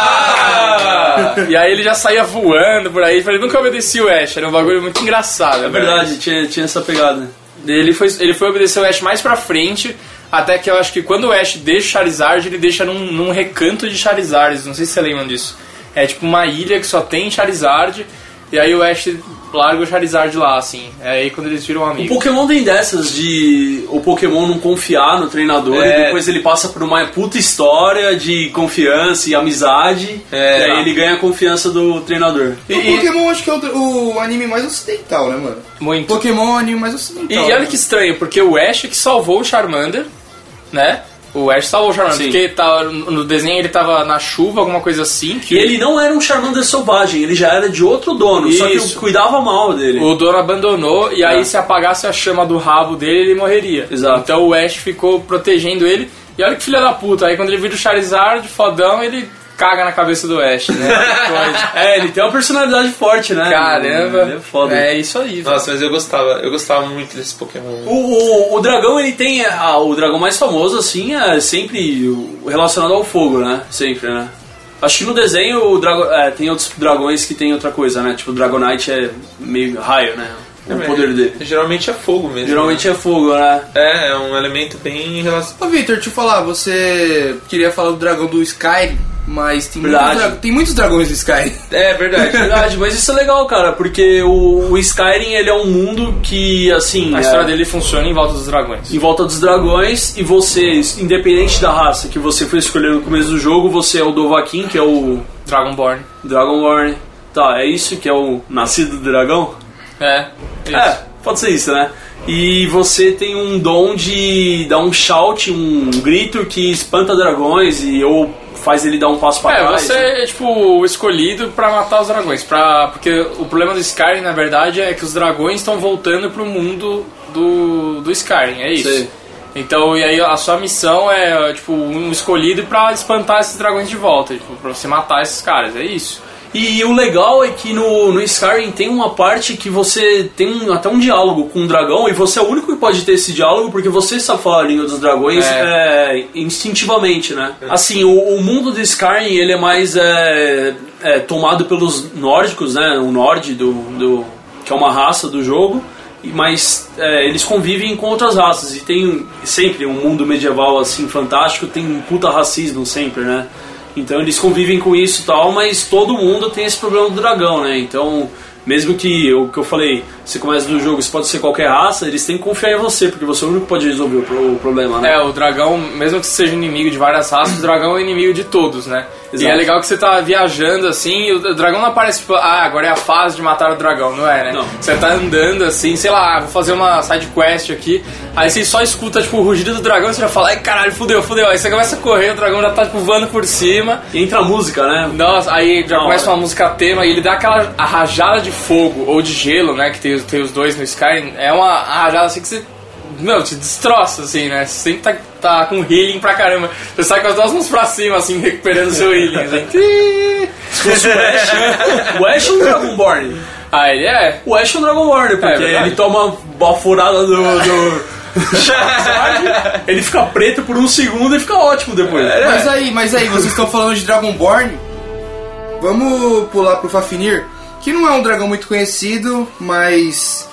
S4: Ah!
S3: E aí ele já saía voando por aí, ele nunca obedecia o Ash, era um bagulho muito engraçado.
S2: É verdade, tinha, tinha essa pegada.
S3: Ele foi, ele foi obedecer o Ash mais pra frente, até que eu acho que quando o Ash deixa o Charizard, ele deixa num, num recanto de Charizards, não sei se você lembra disso. É tipo uma ilha que só tem Charizard, e aí o Ash larga o Charizard lá, assim. É aí quando eles viram
S2: O
S3: amigos.
S2: Pokémon tem dessas de o Pokémon não confiar no treinador
S4: É.
S2: e depois ele passa por uma puta história de confiança e amizade.
S4: É.
S2: E aí ele ganha a confiança do treinador.
S1: E, o Pokémon acho que é o, dra- o anime mais ocidental, né, mano?
S3: Muito.
S1: Pokémon é o anime mais ocidental.
S3: E, e olha que estranho, porque o Ash é que salvou o Charmander, né? O Ash salvou o Charmander,
S2: Sim.
S3: porque ele tava, no desenho ele tava na chuva, alguma coisa assim. Que
S2: E ele não era um Charmander selvagem, ele já era de outro dono, só que
S3: Isso.
S2: eu cuidava mal dele.
S3: O dono abandonou e aí
S2: É.
S3: se apagasse a chama do rabo dele, ele morreria.
S2: Exato.
S3: Então o Ash ficou protegendo ele. E olha que filha da puta, aí quando ele vira o Charizard, fodão, ele caga na cabeça do Ash, né? Que coisa.
S2: É, ele tem uma personalidade forte, né?
S3: Caramba.
S2: Ele é foda.
S3: É isso aí. velho.
S4: Nossa, mas eu gostava, eu gostava muito desse Pokémon.
S2: O, o, o dragão, ele tem. ah, o dragão mais famoso, assim, é sempre o- relacionado ao fogo, né? Sempre, né? Acho que no desenho o drago, é, tem outros dragões que tem outra coisa, né? Tipo, o Dragonite é meio raio, né? O poder dele.
S4: Geralmente é fogo mesmo.
S2: Geralmente é fogo, né?
S4: É, é um elemento bem relacionado.
S1: Ô Victor, deixa eu falar, você queria falar do dragão do Sky, mas tem, muitos,
S2: Verdade.
S1: dra- tem muitos dragões do Sky.
S4: É verdade.
S2: Verdade, mas isso é legal, cara, porque o, o Skyrim ele é um mundo que, assim.
S3: A
S2: é-
S3: história dele funciona em volta dos dragões.
S2: em volta dos dragões e vocês, independente da raça que você for escolher no começo do jogo, você é o Dovahkiin, que é o
S3: Dragonborn.
S2: Dragonborn. Tá, é isso que é o nascido do dragão?
S3: É. Isso.
S2: É, pode ser isso, né? E você tem um dom de dar um shout, um grito que espanta dragões e ou faz ele dar um passo pra
S3: É,
S2: trás.
S3: você
S2: né?
S3: é tipo o escolhido pra matar os dragões, para porque o problema do Skyrim na verdade é que os dragões estão voltando pro mundo do, do Skyrim, é isso.
S2: Sei.
S3: Então, e aí a sua missão é tipo um escolhido pra espantar esses dragões de volta, tipo, para você matar esses caras, é isso.
S2: E o legal é que no, no Skyrim tem uma parte que você tem um- até um diálogo com um dragão e você é o único que pode ter esse diálogo porque você sabe falar a língua dos dragões é, instintivamente, né? Assim, o, o mundo do Skyrim ele é mais é, é, tomado pelos nórdicos, né? O Nord, do, do, que é uma raça do jogo, e- mas é, eles convivem com outras raças e tem sempre um mundo medieval assim fantástico, tem um puta racismo sempre, né? Então eles convivem com isso e tal, mas todo mundo tem esse problema do dragão, né? Então, mesmo que o que eu falei, você começa do jogo, você pode ser qualquer raça, eles têm que confiar em você, porque você é o único que pode resolver o pro- o problema, né?
S3: É, o dragão, mesmo que você seja inimigo de várias raças, o dragão é inimigo de todos, né? E
S2: Exato.
S3: é legal que você tá viajando assim, e o dragão não aparece tipo, ah, agora é a fase de matar o dragão, não é, né?
S2: Não.
S3: Você tá andando assim, sei lá, ah, vou fazer uma side quest aqui, aí você só escuta tipo o rugido do dragão, você já fala, ai caralho, fudeu, fudeu. Aí você começa a correr, o dragão já tá tipo voando por cima.
S1: É.
S2: E entra a música, né?
S3: Nossa, aí já
S2: Da
S3: começa
S2: hora.
S3: uma música tema e ele dá aquela rajada de fogo ou de gelo, né? Que tem, os- tem os dois no Skyrim. É uma rajada assim que você. Meu, te destroça, assim, né? Você sempre tá, tá com healing pra caramba. Você sai com as duas mãos pra cima, assim, recuperando seu healing. Assim.
S2: Se fosse o Ash, o Ash é um Dragonborn.
S3: Ah, ele é?
S2: O Ash é um Dragonborn, porque
S3: verdade.
S2: ele toma uma furada do... do... Charizard, ele fica preto por um segundo e fica ótimo depois.
S1: Mas aí, mas aí, vocês estão falando de Dragonborn? Vamos pular pro Fafnir, que não é um dragão muito conhecido, mas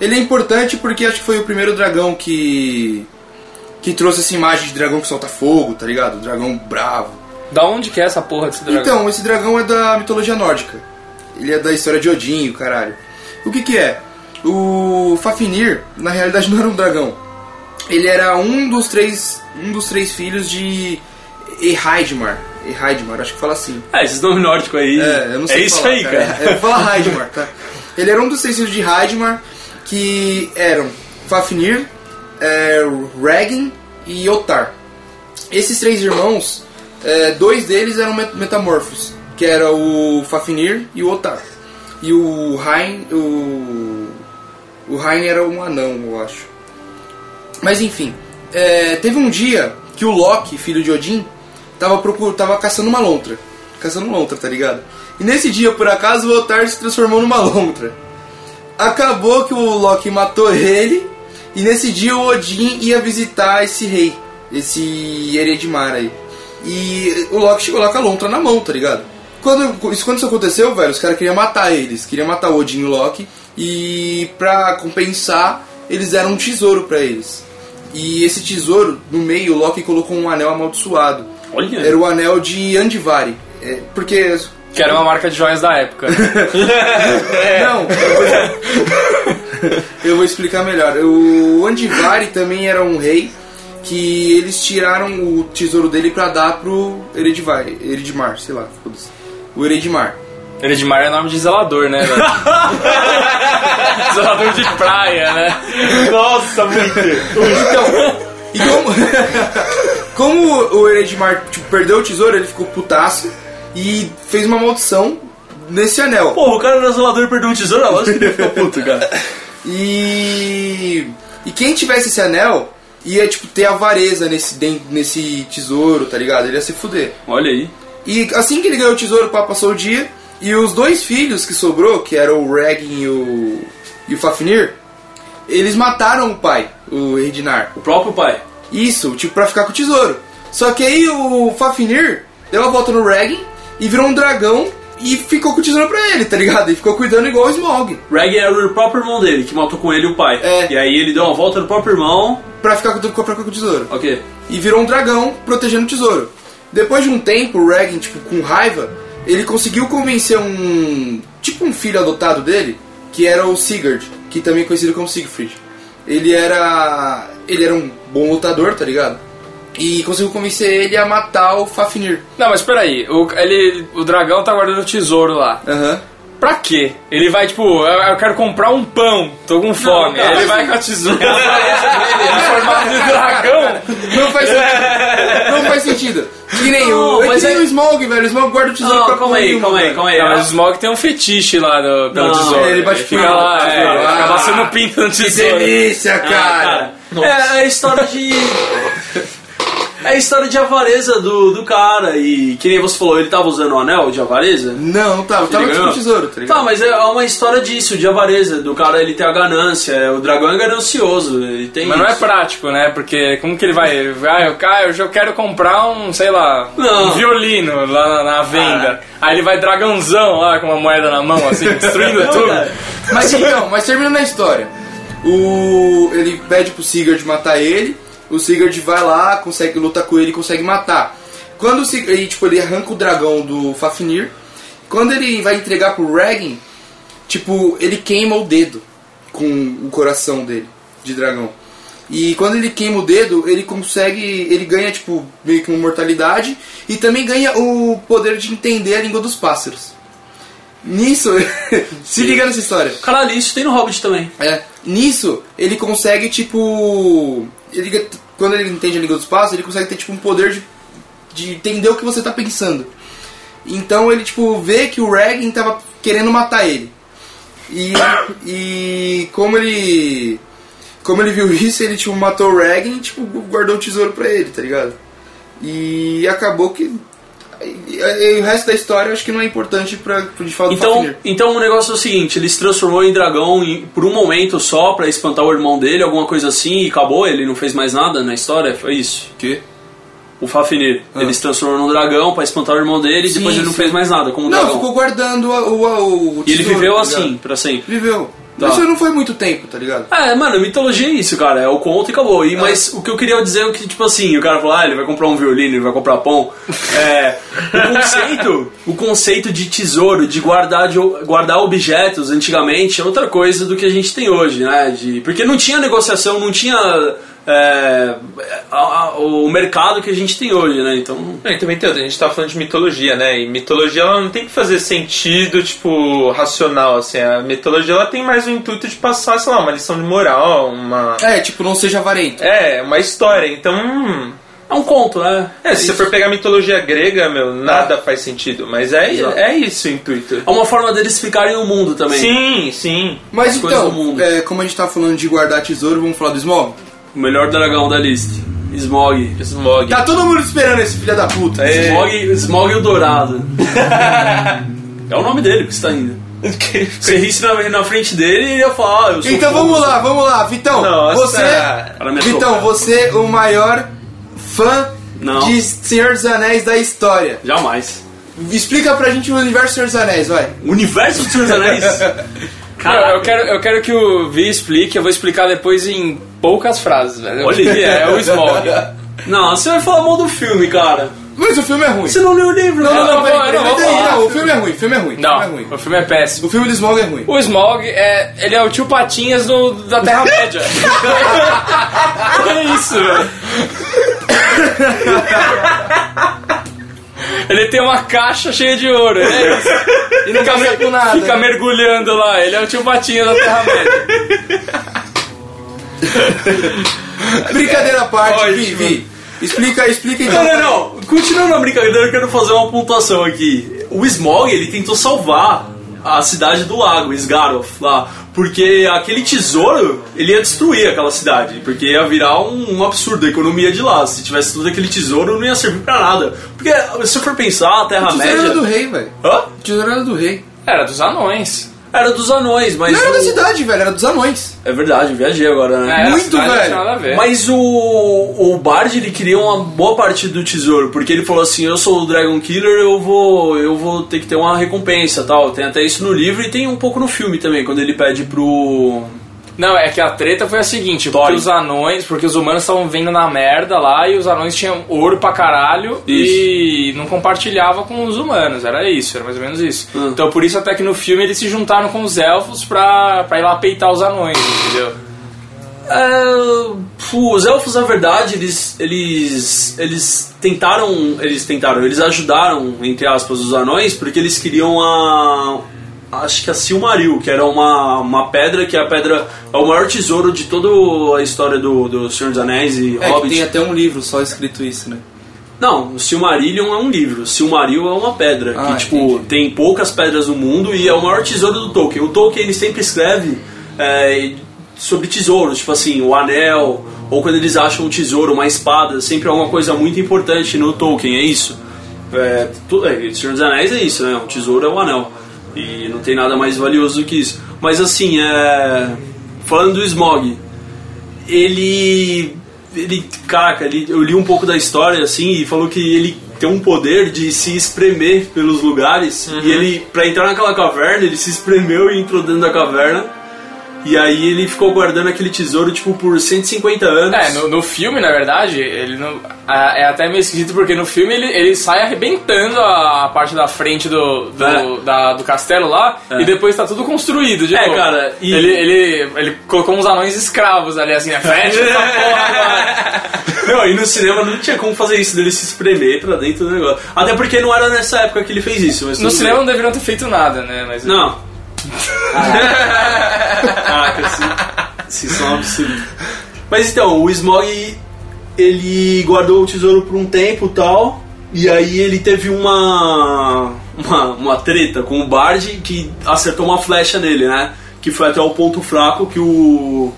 S1: ele é importante porque acho que foi o primeiro dragão que que trouxe essa imagem de dragão que solta fogo, tá ligado? Dragão bravo.
S3: Da onde que é essa porra desse dragão?
S1: Então, esse dragão é da mitologia nórdica. Ele é da história de Odin, o caralho. O que que é? O Fafnir, na realidade, não era um dragão. Ele era um dos três, um dos três filhos de Ehaidmar. Ehaidmar, acho que fala assim.
S2: É, esses nomes nórdicos aí.
S1: É, eu não sei
S2: isso
S1: falar,
S2: aí, cara.
S1: É, eu vou falar Heidmar, tá? Ele era um dos três filhos de Heidmar, que eram Fafnir, é, Regin e Otar. Esses três irmãos, é, dois deles eram met- metamorfos, que era o Fafnir e o Otar. E o Hain, o... O Hain era um anão, eu acho. Mas enfim, é, teve um dia que o Loki, filho de Odin, tava, procur... tava caçando uma lontra. Caçando uma lontra, tá ligado? E nesse dia, por acaso, o Otar se transformou numa lontra. Acabou que o Loki matou ele, e nesse dia o Odin ia visitar esse rei, esse Eredmar aí. E o Loki chegou lá com a lontra na mão, tá ligado? Quando isso, quando isso aconteceu, velho, os caras queriam matar eles, queriam matar o Odin e o Loki, e pra compensar, eles deram um tesouro pra eles. E esse tesouro, no meio, o Loki colocou um anel amaldiçoado.
S2: Olha.
S1: Era o anel de Andivari. É, porque
S3: Que era uma marca de joias da época.
S1: não, eu vou- É. eu vou explicar melhor. O Andivari também era um rei que eles tiraram o tesouro dele pra dar pro Eredivari, Eredimar, sei lá, foda-se. o Eredimar.
S3: Eredmar é nome de zelador, né, velho?
S1: É.
S3: zelador de praia, né?
S4: Nossa, muito!
S1: Então, e como, como o Eredimar tipo, perdeu o tesouro, ele ficou putaço e fez uma maldição nesse anel.
S2: Porra, o cara era zelador e perdeu um tesouro, é lógico que ele ficou puto, cara.
S1: E. E quem tivesse esse anel ia, tipo, ter avareza nesse, den- nesse tesouro, tá ligado? Ele ia se fuder.
S2: Olha aí.
S1: E assim que ele ganhou o tesouro, o Papa passou o dia. E os dois filhos que sobrou, que eram o Regin e o, e o Fafnir, eles mataram o pai, o Redinar.
S2: O próprio pai.
S1: Isso, tipo, pra ficar com o tesouro. Só que aí o Fafnir deu a volta no Regin e virou um dragão e ficou com o tesouro pra ele, tá ligado? E ficou cuidando igual o Smaug,
S2: Reg era o próprio irmão dele, que matou com ele o pai.
S1: É.
S2: E aí ele deu uma volta no próprio irmão.
S1: pra ficar com, pra ficar com o tesouro.
S2: Ok.
S1: e virou um dragão protegendo o tesouro. Depois de um tempo, o Regan, tipo, com raiva, ele conseguiu convencer um. tipo um filho adotado dele, que era o Sigurd, que também é conhecido como Siegfried. Ele era. ele era um bom lutador, tá ligado? E conseguiu convencer ele a matar o Fafnir.
S3: Não, mas peraí, o, ele, o dragão tá guardando o tesouro lá.
S1: Aham.
S3: Pra quê? Ele vai, tipo, eu, eu quero comprar um pão, tô com fome.
S2: cara.
S3: ele vai com a tesoura é em formato de dragão.
S1: Não faz sentido. Não faz sentido. Que nem o.
S2: Não,
S1: É que
S2: mas
S1: nem
S2: é-
S1: o Smaug, velho. O Smaug guarda o tesouro pra
S2: Não, calma
S1: porra
S2: aí,
S1: nenhuma,
S2: calma aí,
S1: velho.
S2: calma aí.
S3: Não, mas o Smog tem um fetiche lá do, pelo
S2: Não, tipo,
S3: tesouro.
S1: ele bate
S3: fica
S1: punheta no
S3: lá, é,
S1: tesouro.
S3: fica
S1: Ah.
S3: passando pinto no
S1: Que
S3: tesouro.
S1: delícia,
S2: Ah,
S1: cara.
S4: Nossa.
S2: É a história de. É a história de avareza do, do cara. E que nem você falou, ele tava usando o anel de avareza?
S1: Não, tava, tava
S2: Ele
S1: com
S2: ganhou.
S1: o tesouro, tá ligado?
S2: Tá, mas é uma história disso, de avareza, do cara ele ter a ganância. O dragão é ganancioso, ele tem.
S3: Mas não é
S2: isso.
S3: prático, né? Porque como que ele vai. Ah, eu, ah, eu já quero comprar um, sei lá,
S2: Não.
S3: um violino lá na, na venda. Aí ele vai dragãozão lá com uma moeda na mão, assim, destruindo
S2: Não,
S3: tudo.
S2: cara.
S1: Mas então, mas terminando a história. O, ele pede pro Sigurd matar ele. O Sigurd vai lá, consegue lutar com ele, e consegue matar. Quando o Sig- ele, tipo, ele arranca o dragão do Fafnir. Quando ele vai entregar pro Regin, tipo, ele queima o dedo com o coração dele de dragão. E quando ele queima o dedo, ele consegue, ele ganha tipo meio que uma mortalidade e também ganha o poder de entender a língua dos pássaros. Nisso, se liga nessa história.
S2: Caralho, isso tem no Hobbit também.
S1: É, nisso, ele consegue, tipo. Ele, quando ele entende a língua dos passos, ele consegue ter, tipo, um poder de, de entender o que você tá pensando. Então ele, tipo, vê que o Regan tava querendo matar ele. E, e como ele. Como ele viu isso, ele, tipo, matou o Regan e, tipo, guardou o tesouro pra ele, tá ligado? E acabou que. e- e- e o resto da história eu acho que não é importante pra, pra gente falar do
S2: Então,
S1: Fafnir.
S2: então o negócio é o seguinte, ele se transformou em dragão em- por um momento só pra espantar o irmão dele, alguma coisa assim, e acabou, ele não fez mais nada na história, foi isso.
S1: Que?
S2: O Fafnir, ele se transformou num dragão pra espantar o irmão dele, e
S1: Ah. Sim,
S2: depois ele não
S1: sim.
S2: fez mais nada como
S1: Não,
S2: dragão.
S1: ficou guardando a- o, a- o,
S2: E ele
S1: tesouro,
S2: viveu
S1: tá
S2: assim,
S1: ligado?
S2: pra sempre.
S1: Viveu.
S2: Tá.
S1: Isso não foi muito tempo, tá ligado?
S2: É, mano, mitologia é isso, cara. É o conto e acabou. E, Mas o que eu queria dizer é que, tipo assim, o cara falou, ah, ele vai comprar um violino, ele vai comprar pão. É, o conceito, o conceito de tesouro, de guardar, de guardar objetos antigamente é outra coisa do que a gente tem hoje, né? De, porque não tinha negociação, não tinha é, a- a- o mercado que a gente tem hoje, né? Então.
S4: Não, e também tem outra, a gente tá falando de mitologia, né? E mitologia ela não tem que fazer sentido, tipo, racional, assim. A mitologia ela tem mais o intuito de passar, sei lá, uma lição de moral, uma.
S1: É, tipo, não seja avarento.
S4: É, uma história. Então. hum,
S2: É um conto, né?
S4: É, se você for pegar a mitologia grega, meu, nada faz sentido. Mas é,
S2: Exato.
S4: é isso o intuito.
S2: É uma forma deles explicarem o mundo também.
S4: Sim, sim.
S1: Mas
S2: As coisas
S1: então,
S2: do mundo.
S1: é, como a gente tá falando de guardar tesouro, vamos falar do Smog?
S2: O melhor dragão da lista. Smog.
S4: Smog.
S1: Tá todo mundo esperando esse filho da puta.
S4: É.
S2: Smog, Smog o Dourado. é o nome dele que está indo. Você risse na, na frente dele e ele ia falar, ah, eu sou
S1: Então
S2: fogo.
S1: vamos lá, Então- vamos lá, Vitão.
S4: Nossa.
S1: Você.
S2: Cara, me
S1: Vitão,
S2: atropela.
S1: você o maior fã
S2: Não.
S1: de Senhor dos Anéis da história.
S2: Jamais.
S1: Explica pra gente o universo do Senhor dos Anéis, vai.
S2: O universo dos Senhor dos Anéis?
S3: Não,
S2: Cara,
S3: eu, quero, eu quero que o Vi explique, eu vou explicar depois em poucas frases, velho.
S2: Olha.
S3: O que é, é o Smog.
S2: Não, você vai falar mal do filme, cara.
S1: Mas o filme é ruim.
S2: Você não leu o livro,
S1: Não,
S2: cara.
S1: não, não, peraí,
S3: eu
S1: peraí,
S3: não vou
S1: mas aí,
S3: falar.
S1: não, o filme é ruim, o filme é ruim, o filme é
S3: Não, o
S1: ruim.
S3: filme é péssimo.
S1: O filme do Smog é ruim.
S3: O Smog é. Ele é o tio Patinhas do, da Terra-média. é isso, velho. Ele tem uma caixa cheia de ouro, ele é isso. E nunca
S1: fica
S3: mer-
S1: com nada. né?
S3: fica mergulhando lá, ele é o tio Patinhas da Terra-média.
S1: Brincadeira à parte,
S2: Ótimo.
S1: Vi, Vi. Explica, explica então.
S2: Não, não, não. Continuando a brincadeira, eu quero fazer uma pontuação aqui. O Smog, ele tentou salvar a cidade do lago, Sgaroth, lá. Porque aquele tesouro, ele ia destruir aquela cidade. Porque ia virar um, um absurdo a economia de lá. Se tivesse todo aquele tesouro, não ia servir pra nada. Porque se for pensar, a
S1: Tesoura
S2: Terra-média.
S1: do rei, velho.
S2: Hã?
S1: Tesoura do rei.
S3: Era dos anões.
S2: Era dos anões, mas.
S1: Não era
S2: o-
S1: da cidade, velho, era dos anões.
S2: É verdade, eu viajei agora, né?
S3: É,
S1: Muito,
S3: a cidade
S1: velho.
S3: Não tinha nada a ver.
S2: Mas o, o Bard ele queria uma boa parte do tesouro, porque ele falou assim: "Eu sou o Dragon Killer, eu vou eu vou ter que ter uma recompensa", tal. Tem até isso no livro e tem um pouco no filme também, quando ele pede pro
S3: Não, é que a treta foi a seguinte,
S2: Dói.
S3: porque os anões, porque os humanos estavam vendo na merda lá e os anões tinham ouro pra caralho e não compartilhava com os humanos, era isso, era mais ou menos isso.
S2: Hum.
S3: Então por isso até que no filme eles se juntaram com os elfos pra, pra ir lá peitar os anões, entendeu?
S2: É, pô, os elfos, na verdade, eles, eles, eles tentaram, eles tentaram, eles ajudaram, entre aspas, os anões, porque eles queriam a, acho que a Silmaril, que era uma, uma pedra, que é a pedra, é o maior tesouro de toda a história do, do Senhor dos Anéis e
S1: É, que
S2: Hobbit.
S1: tem até um livro só escrito isso, né?
S2: Não, o Silmarillion é um livro, o Silmaril é uma pedra,
S1: Ah,
S2: que, tipo, tem poucas pedras no mundo e é o maior tesouro do Tolkien. O Tolkien, ele sempre escreve é, sobre tesouros, tipo assim, o anel, ou quando eles acham um tesouro, uma espada, sempre é uma coisa muito importante no Tolkien, é isso. É, tu, é, o Senhor dos Anéis é isso, né? Um tesouro é um anel. E não tem nada mais valioso do que isso. Mas, assim, é... Falando do Smog, ele. Ele. Caraca, ele, eu li um pouco da história assim e falou que ele tem um poder de se espremer pelos lugares.
S3: Uhum.
S2: E ele, pra entrar naquela caverna, ele se espremeu e entrou dentro da caverna. E aí ele ficou guardando aquele tesouro, tipo, por 150 anos.
S3: É, no, no filme, na verdade, ele não. a- É até meio esquisito porque no filme ele, ele sai arrebentando a parte da frente do, do,
S2: É.
S3: da- do castelo lá
S2: É.
S3: e depois tá tudo construído de
S2: É,
S3: novo.
S2: cara, e-
S3: Ele, ele, ele colocou uns anões escravos ali, assim, né? Fecha essa porra agora.
S2: Não, e no cinema não tinha como fazer isso, dele se espremer pra dentro do negócio. Até porque não era nessa época que ele fez isso. Mas
S3: No
S2: tudo
S3: cinema
S2: bem.
S3: não deveriam ter feito nada, né? Mas
S2: Não. é Caraca, isso, isso é um absurdo. Mas então, o Smog ele guardou o tesouro por um tempo e tal. E aí ele teve uma, uma uma treta com o Bard que acertou uma flecha nele, né? Que foi até o ponto fraco que o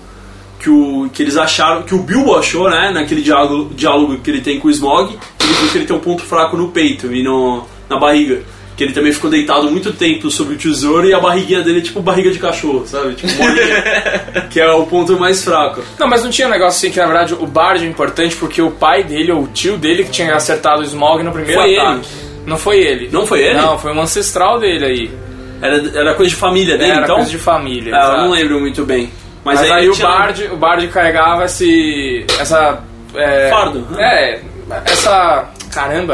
S2: que o que eles acharam, que o Bilbo achou, né, naquele diálogo, diálogo que ele tem com o Smog, ele viu que ele tem um ponto fraco no peito e no, na barriga. Que ele também ficou deitado muito tempo sobre o tesouro e a barriguinha dele é tipo barriga de cachorro, sabe? Tipo, molinha, que é o ponto mais fraco.
S3: Não, mas não tinha um negócio assim que, na verdade, o Bard é importante porque o pai dele, ou o tio dele, que tinha acertado o Smog no primeiro
S2: Foi
S3: ataque. Não foi ele.
S2: Não foi ele?
S3: Não, foi um ancestral dele aí.
S2: Era, era coisa de família dele,
S3: Era
S2: então?
S3: coisa de família.
S2: Ah, eu
S3: exato.
S2: não lembro muito bem. Mas,
S3: Mas, aí,
S2: ele
S3: o,
S2: tinha-
S3: Bard, o Bard carregava esse. essa. É,
S2: Fardo,
S3: É, essa. caramba!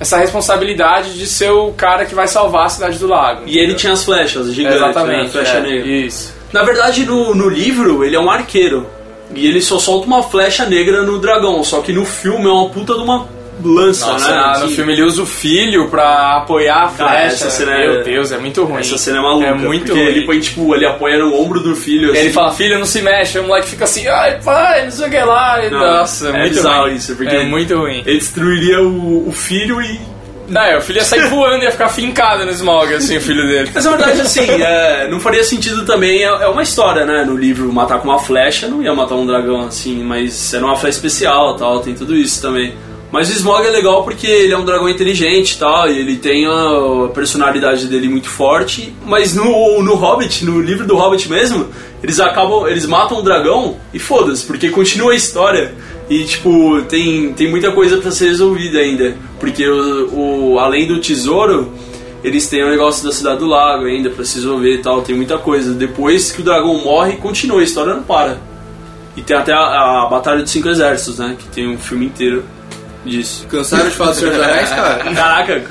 S3: Essa responsabilidade de ser o cara que vai salvar a cidade do lago.
S2: E ele tinha as flechas gigantes, né?
S3: Exatamente.
S2: Flecha
S3: é,
S2: negra.
S3: Isso.
S2: Na verdade, no, no livro, ele é um arqueiro. E ele só solta uma flecha negra no dragão. Só que no filme é uma puta de uma lança,
S3: Nossa,
S2: né?
S3: na- no
S2: Que-
S3: filme ele usa o filho pra apoiar a flecha.
S2: Cara, essa cena é-
S3: Meu Deus, é muito ruim.
S2: Essa cena é maluca.
S3: É muito
S2: porque
S3: ruim.
S2: ele põe, tipo, ele apoia no ombro do filho.
S3: Ele
S2: assim.
S3: fala, filho, não se mexe. Aí O moleque fica assim, ai, pai, não sei o que lá. E,
S2: Não,
S3: Nossa,
S2: é
S3: muito
S2: bizarro
S3: ruim.
S2: isso, porque-
S3: É muito ruim.
S2: Ele destruiria o, o filho e.
S3: Não, é, o filho ia sair voando, ia ficar fincado no smog, assim, o filho dele.
S2: Mas na verdade, assim, é, não faria sentido também. É, é uma história, né? No livro, matar com uma flecha não ia matar um dragão, assim. Mas era uma flecha especial tal. Tem tudo isso também. Mas o Smog é legal porque ele é um dragão inteligente e tal, e ele tem a personalidade dele muito forte. Mas no, no Hobbit, no livro do Hobbit mesmo, eles acabam. Eles matam o dragão e foda-se, porque continua a história. E tipo, tem, tem muita coisa pra ser resolvida ainda. Porque o, o- além do tesouro, eles têm o negócio da cidade do lago ainda pra se resolver e tal, tem muita coisa. Depois que o dragão morre, continua, a história não para. E tem até a, a Batalha dos Cinco Exércitos, né? Que tem um filme inteiro disso.
S1: Cansaram de falar do Senhor dos Anéis, cara?
S2: Caraca,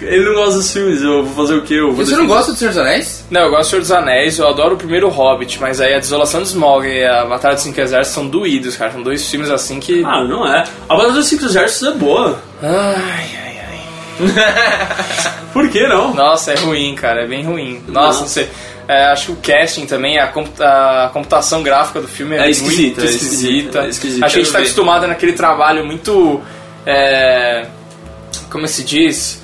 S2: ele não gosta dos filmes, eu vou fazer o quê? Eu vou
S1: Você não
S2: defender.
S1: gosta do Senhor dos Anéis?
S3: Não, eu gosto do Senhor dos Anéis, eu adoro o primeiro Hobbit, mas aí a Desolação de Smaug e a Batalha dos Cinco Exércitos são doídos, cara. São dois filmes assim que.
S2: Ah, não é. A Batalha dos Cinco Exércitos é boa.
S3: Ai, ai, ai.
S2: Por que não?
S3: Nossa, é ruim, cara, é bem ruim. Nossa, não sei. É, acho que o casting também, a, compu- a computação gráfica do filme é,
S2: É esquisita,
S3: muito
S2: é esquisita,
S3: esquisita.
S2: é esquisita.
S3: Acho que a gente tá
S2: Eu vi.
S3: acostumado naquele trabalho muito. é, como se é diz?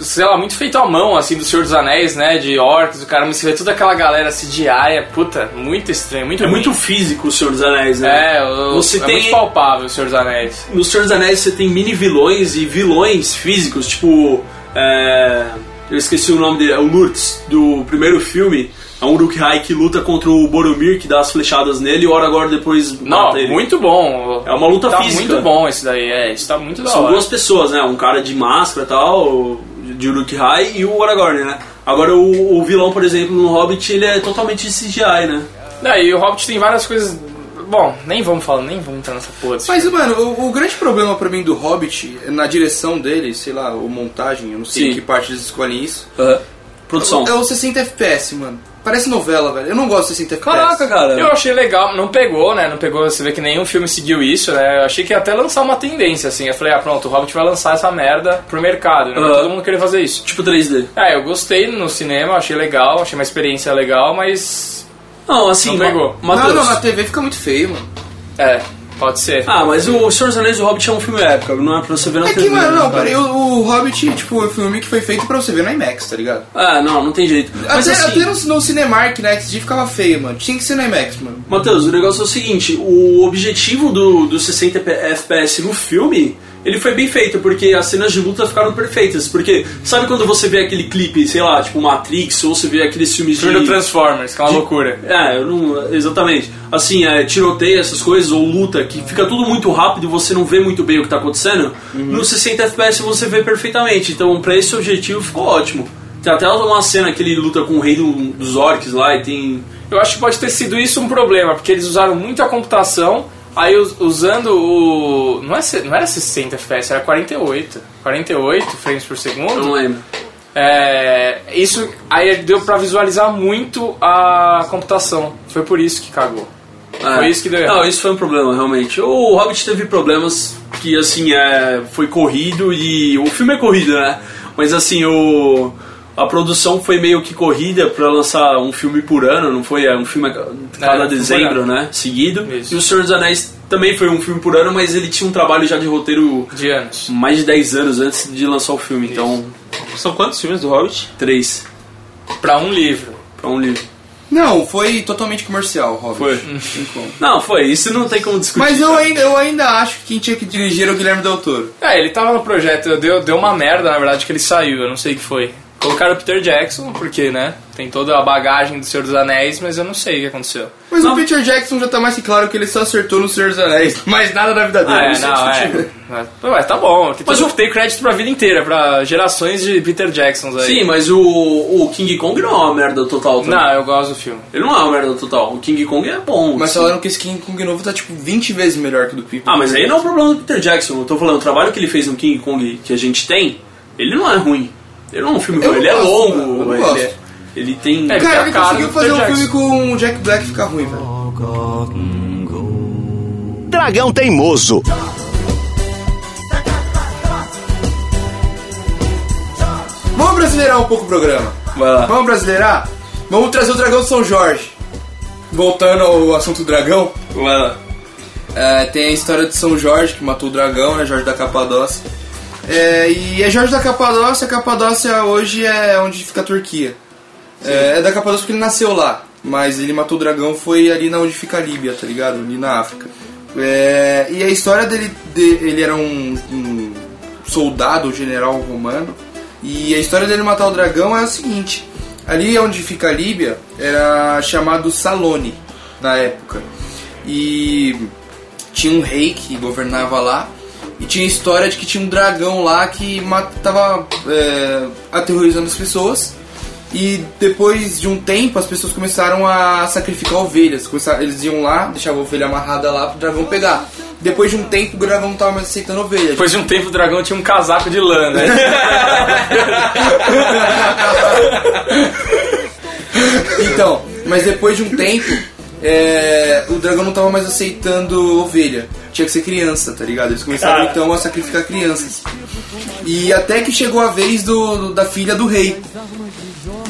S3: sei lá, muito feito à mão, assim, do Senhor dos Anéis, né? De orcs, o cara me vê toda aquela galera CGI, é, puta, muito estranho, muito
S2: É
S3: ruim.
S2: muito físico o Senhor dos Anéis, né?
S3: É, o-
S2: Você
S3: é
S2: tem-
S3: muito palpável o Senhor dos Anéis.
S2: No Senhor dos Anéis você tem mini vilões e vilões físicos, tipo. é, Eu esqueci o nome dele, é o Lurtz, do primeiro filme. É um Uruk-hai que luta contra o Boromir, que dá as flechadas nele, e hora agora depois
S3: Não,
S2: mata ele.
S3: muito bom.
S2: É uma luta
S3: tá
S2: física.
S3: muito bom isso daí, é, isso tá muito da
S2: São
S3: hora.
S2: duas pessoas, né? Um cara de máscara e tal, de Uruk-hai, e o Aragorn, né? Agora o, o vilão, por exemplo, no Hobbit, ele é totalmente CGI, né?
S3: É, e o Hobbit tem várias coisas... Bom, nem vamos falar, nem vamos entrar nessa porra. desse
S1: Mas, mano, o, o grande problema pra mim do Hobbit, na direção dele, sei lá, ou montagem, eu não sei
S2: Sim.
S1: em que parte eles escolhem isso,
S2: Produção.
S1: é o 60 FPS, mano. Parece novela, velho. Eu não gosto de 60 FPS.
S2: Caraca, cara.
S3: Eu achei legal, não pegou, né? Não pegou, você vê que nenhum filme seguiu isso, né? Eu achei que ia até lançar uma tendência, assim. Eu falei, ah, pronto, o Hobbit vai lançar essa merda pro mercado, né? Vai
S2: Aham.
S3: Todo mundo querer fazer isso.
S2: Tipo 3D.
S3: É, eu gostei no cinema, achei legal, achei uma experiência legal, mas.
S2: Não, assim,
S3: Não pegou.
S2: Ma- Matheus.
S1: Não, não, na TV fica muito feio, mano.
S3: É, pode ser.
S2: Ah, mas o Senhor dos Anéis e o Hobbit é um filme época, não é pra você ver na
S1: É
S2: TV.
S1: que, mano,
S2: né,
S1: não,
S2: cara?
S1: peraí, o, o Hobbit, tipo, é um filme que foi feito pra você ver no IMAX, tá ligado?
S2: Ah, não, não tem jeito. Mas
S1: até
S2: assim,
S1: até no, no Cinemark, na XD ficava feio, mano. Tinha que ser no IMAX, mano.
S2: Matheus, o negócio é o seguinte, o objetivo do, do 60 FPS no filme, ele foi bem feito, porque as cenas de luta ficaram perfeitas, porque sabe quando você vê aquele clipe, sei lá, tipo Matrix, ou você vê aqueles filmes
S3: Filme do
S2: de...
S3: Transformers, que é uma
S2: de-
S3: loucura.
S2: É, eu não, exatamente. Assim, é, tiroteio, essas coisas, ou luta, que fica tudo muito rápido, você não vê muito bem o que tá acontecendo.
S3: Uhum.
S2: No 60 FPS você vê perfeitamente. Então, pra esse objetivo, ficou ótimo. Tem até uma cena que ele luta com o rei do- dos orcs lá e tem.
S3: Eu acho que pode ter sido isso um problema, porque eles usaram muito a computação, aí us- usando o. Não, é, se- não era 60 FPS, era 48. 48 frames por segundo.
S2: Eu não lembro.
S3: É, isso aí deu pra visualizar muito a computação. Foi por isso que cagou.
S2: É.
S3: Foi isso que deu errado.
S2: Não, isso foi um problema, realmente. O Hobbit teve problemas que, assim, é, foi corrido e... O filme é corrido, né? Mas, assim, o... A produção foi meio que corrida pra lançar um filme por ano, não foi? É um filme a cada
S3: É,
S2: dezembro,
S3: por ano.
S2: né? Seguido.
S3: Isso.
S2: E O Senhor dos Anéis também foi um filme por ano, mas ele tinha um trabalho já de roteiro
S3: De anos.
S2: mais de 10 anos antes de lançar o filme. Então,
S4: São quantos filmes do Hobbit?
S2: três
S3: Pra um livro.
S2: pra um livro.
S1: Não, foi totalmente comercial, Hobbit.
S2: Foi.
S1: Tem como.
S2: Não, foi. Isso não tem como discutir.
S1: Mas eu ainda, eu ainda acho que quem tinha que dirigir era o Guilherme Del Toro.
S3: É, ele tava no projeto, deu, deu uma merda, na verdade, que ele saiu, eu não sei o que foi. Colocaram o Peter Jackson, porque, né? Tem toda a bagagem do Senhor dos Anéis, mas eu não sei o que aconteceu.
S1: Mas o Peter Jackson já tá mais que claro que ele só acertou no Senhor dos Anéis. Mas nada na vida dele.
S3: Ah, é,
S1: Isso
S3: não,
S1: discutível.
S3: é. Mas, ué, tá bom. Tem mas
S2: Mas
S3: eu
S2: o-
S3: tenho crédito pra vida inteira, pra gerações de Peter Jacksons aí.
S2: Sim, mas o, o King Kong não é uma merda total também.
S3: Não, eu gosto do filme.
S2: Ele não é uma merda total. O King Kong é bom.
S1: Mas
S2: assim.
S1: falaram que esse King Kong novo tá tipo 20 vezes melhor que o do People.
S2: Ah, mas aí não é o problema do Peter Jackson. Eu tô falando, o trabalho que ele fez no King Kong que a gente tem, ele não é ruim. Ele não é um filme
S1: Eu
S2: ruim,
S1: não
S2: ele é
S1: gosto,
S2: longo.
S1: eu não
S2: ele,
S1: gosto.
S2: É, ele tem.
S3: É,
S1: Cara, ele
S3: cara,
S1: conseguiu
S3: do
S1: fazer um
S3: Peter
S1: filme com o Jack Black ficar ruim, velho.
S9: Dragão Teimoso.
S1: Vamos brasileirar um pouco o programa.
S2: Vai lá.
S1: Vamos brasileirar? Vamos trazer o Dragão de São Jorge. Voltando ao assunto dragão,
S2: Vai lá.
S1: é, tem a história de São Jorge que matou o dragão, né? Jorge da Capadócia. É, e é Jorge da Capadócia, a Capadócia hoje é onde fica a Turquia. É, é da Capadócia porque ele nasceu lá, mas ele matou o dragão foi ali na onde fica a Líbia, tá ligado? Ali na África. É, e a história dele, de- ele era um, um soldado, um general romano, e a história dele matar o dragão é a seguinte: ali onde fica a Líbia era chamado Salone na época. E tinha um rei que governava lá e tinha história de que tinha um dragão lá que matava é, aterrorizando as pessoas e depois de um tempo as pessoas começaram a sacrificar ovelhas Começaram- eles iam lá deixavam a ovelha amarrada lá pro dragão pegar depois de um tempo o dragão não tava mais aceitando ovelha
S3: Depois de um tempo o dragão tinha um casaco de lã, né?
S1: Então, mas depois de um tempo, é, o dragão não tava mais aceitando ovelha. Tinha que ser criança, tá ligado? Eles começaram então a sacrificar crianças. E até que chegou a vez do, do- da filha do rei.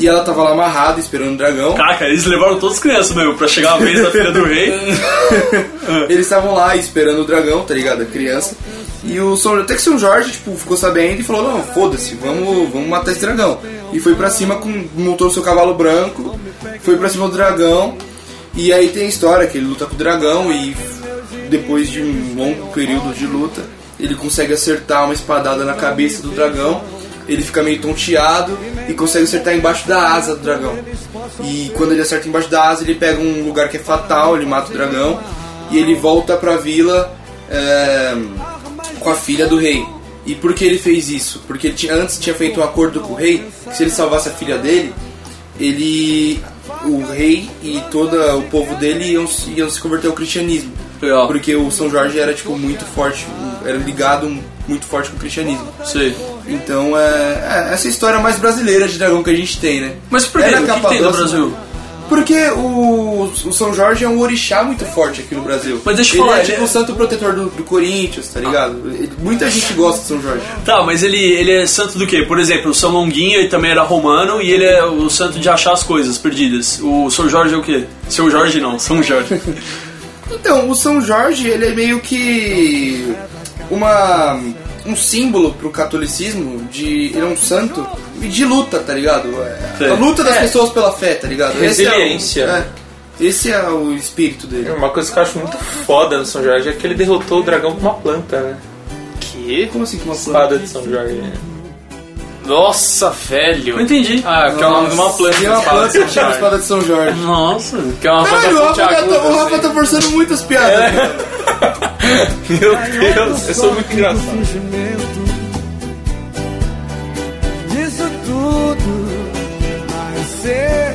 S1: E ela tava lá amarrada, esperando o dragão.
S2: Caraca, Tá, eles levaram todas as crianças mesmo pra chegar a vez da filha do rei.
S1: Eles estavam lá esperando o dragão, tá ligado? A criança. E o São, até que São Jorge, tipo, ficou sabendo e falou, não, foda-se, vamos, vamos matar esse dragão. E foi pra cima, com, montou seu cavalo branco, foi pra cima do dragão. E aí tem a história que ele luta com o dragão e depois de um longo período de luta, ele consegue acertar uma espadada na cabeça do dragão. Ele fica meio tonteado e consegue acertar embaixo da asa do dragão. E quando ele acerta embaixo da asa, ele pega um lugar que é fatal, ele mata o dragão e ele volta pra vila é, com a filha do rei. E por que ele fez isso? Porque ele tinha- antes tinha feito um acordo com o rei que se ele salvasse a filha dele, ele o rei e todo o povo dele iam, se- iam se converter ao cristianismo
S2: Legal.
S1: porque o São Jorge era tipo muito forte era ligado um, muito forte com o cristianismo
S2: Sei.
S1: então é, é essa história mais brasileira de dragão que a gente tem né
S2: Mas por quê?
S1: Era
S2: O que, que
S1: capa
S2: tem no
S1: doce,
S2: Brasil?
S1: né? porque o, o São Jorge é um orixá muito forte aqui no Brasil
S2: Mas deixa eu
S1: ele
S2: falar,
S1: é
S2: ele
S1: tipo
S2: é- Ah.
S1: o santo protetor do, do Corinthians tá ligado Ele- muita gente gosta de São Jorge
S2: Tá, mas ele, ele é santo do quê? Por exemplo, o São Longuinho ele também era romano e ele é o santo de achar as coisas perdidas. O São Jorge é o quê? Seu Jorge não, São Jorge.
S1: Então, o São Jorge, ele é meio que uma um símbolo pro catolicismo de ele é um santo e de luta, tá ligado? É,
S2: Sei.
S1: A luta das pessoas pela fé, tá ligado?
S4: Resiliência.
S1: Esse é, o, é, esse é o espírito dele.
S4: Uma coisa que eu acho muito foda no São Jorge é que ele derrotou o dragão com uma planta, né?
S3: Que?
S1: Como assim que uma planta?
S4: Espada de São Jorge. né?
S3: Nossa, velho.
S2: Não entendi.
S3: Ah, que é o nome de uma planta.
S1: Tem uma planta que chama espada de São Jorge.
S2: Nossa.
S3: Que é uma planta
S1: Caralho, o Rafa, tá,
S3: pontiaguda,
S1: o Rafa tá forçando muitas
S3: É.
S1: piadas. cara.
S4: Meu Deus, eu sou muito engraçado.
S5: Disso tudo, mas eu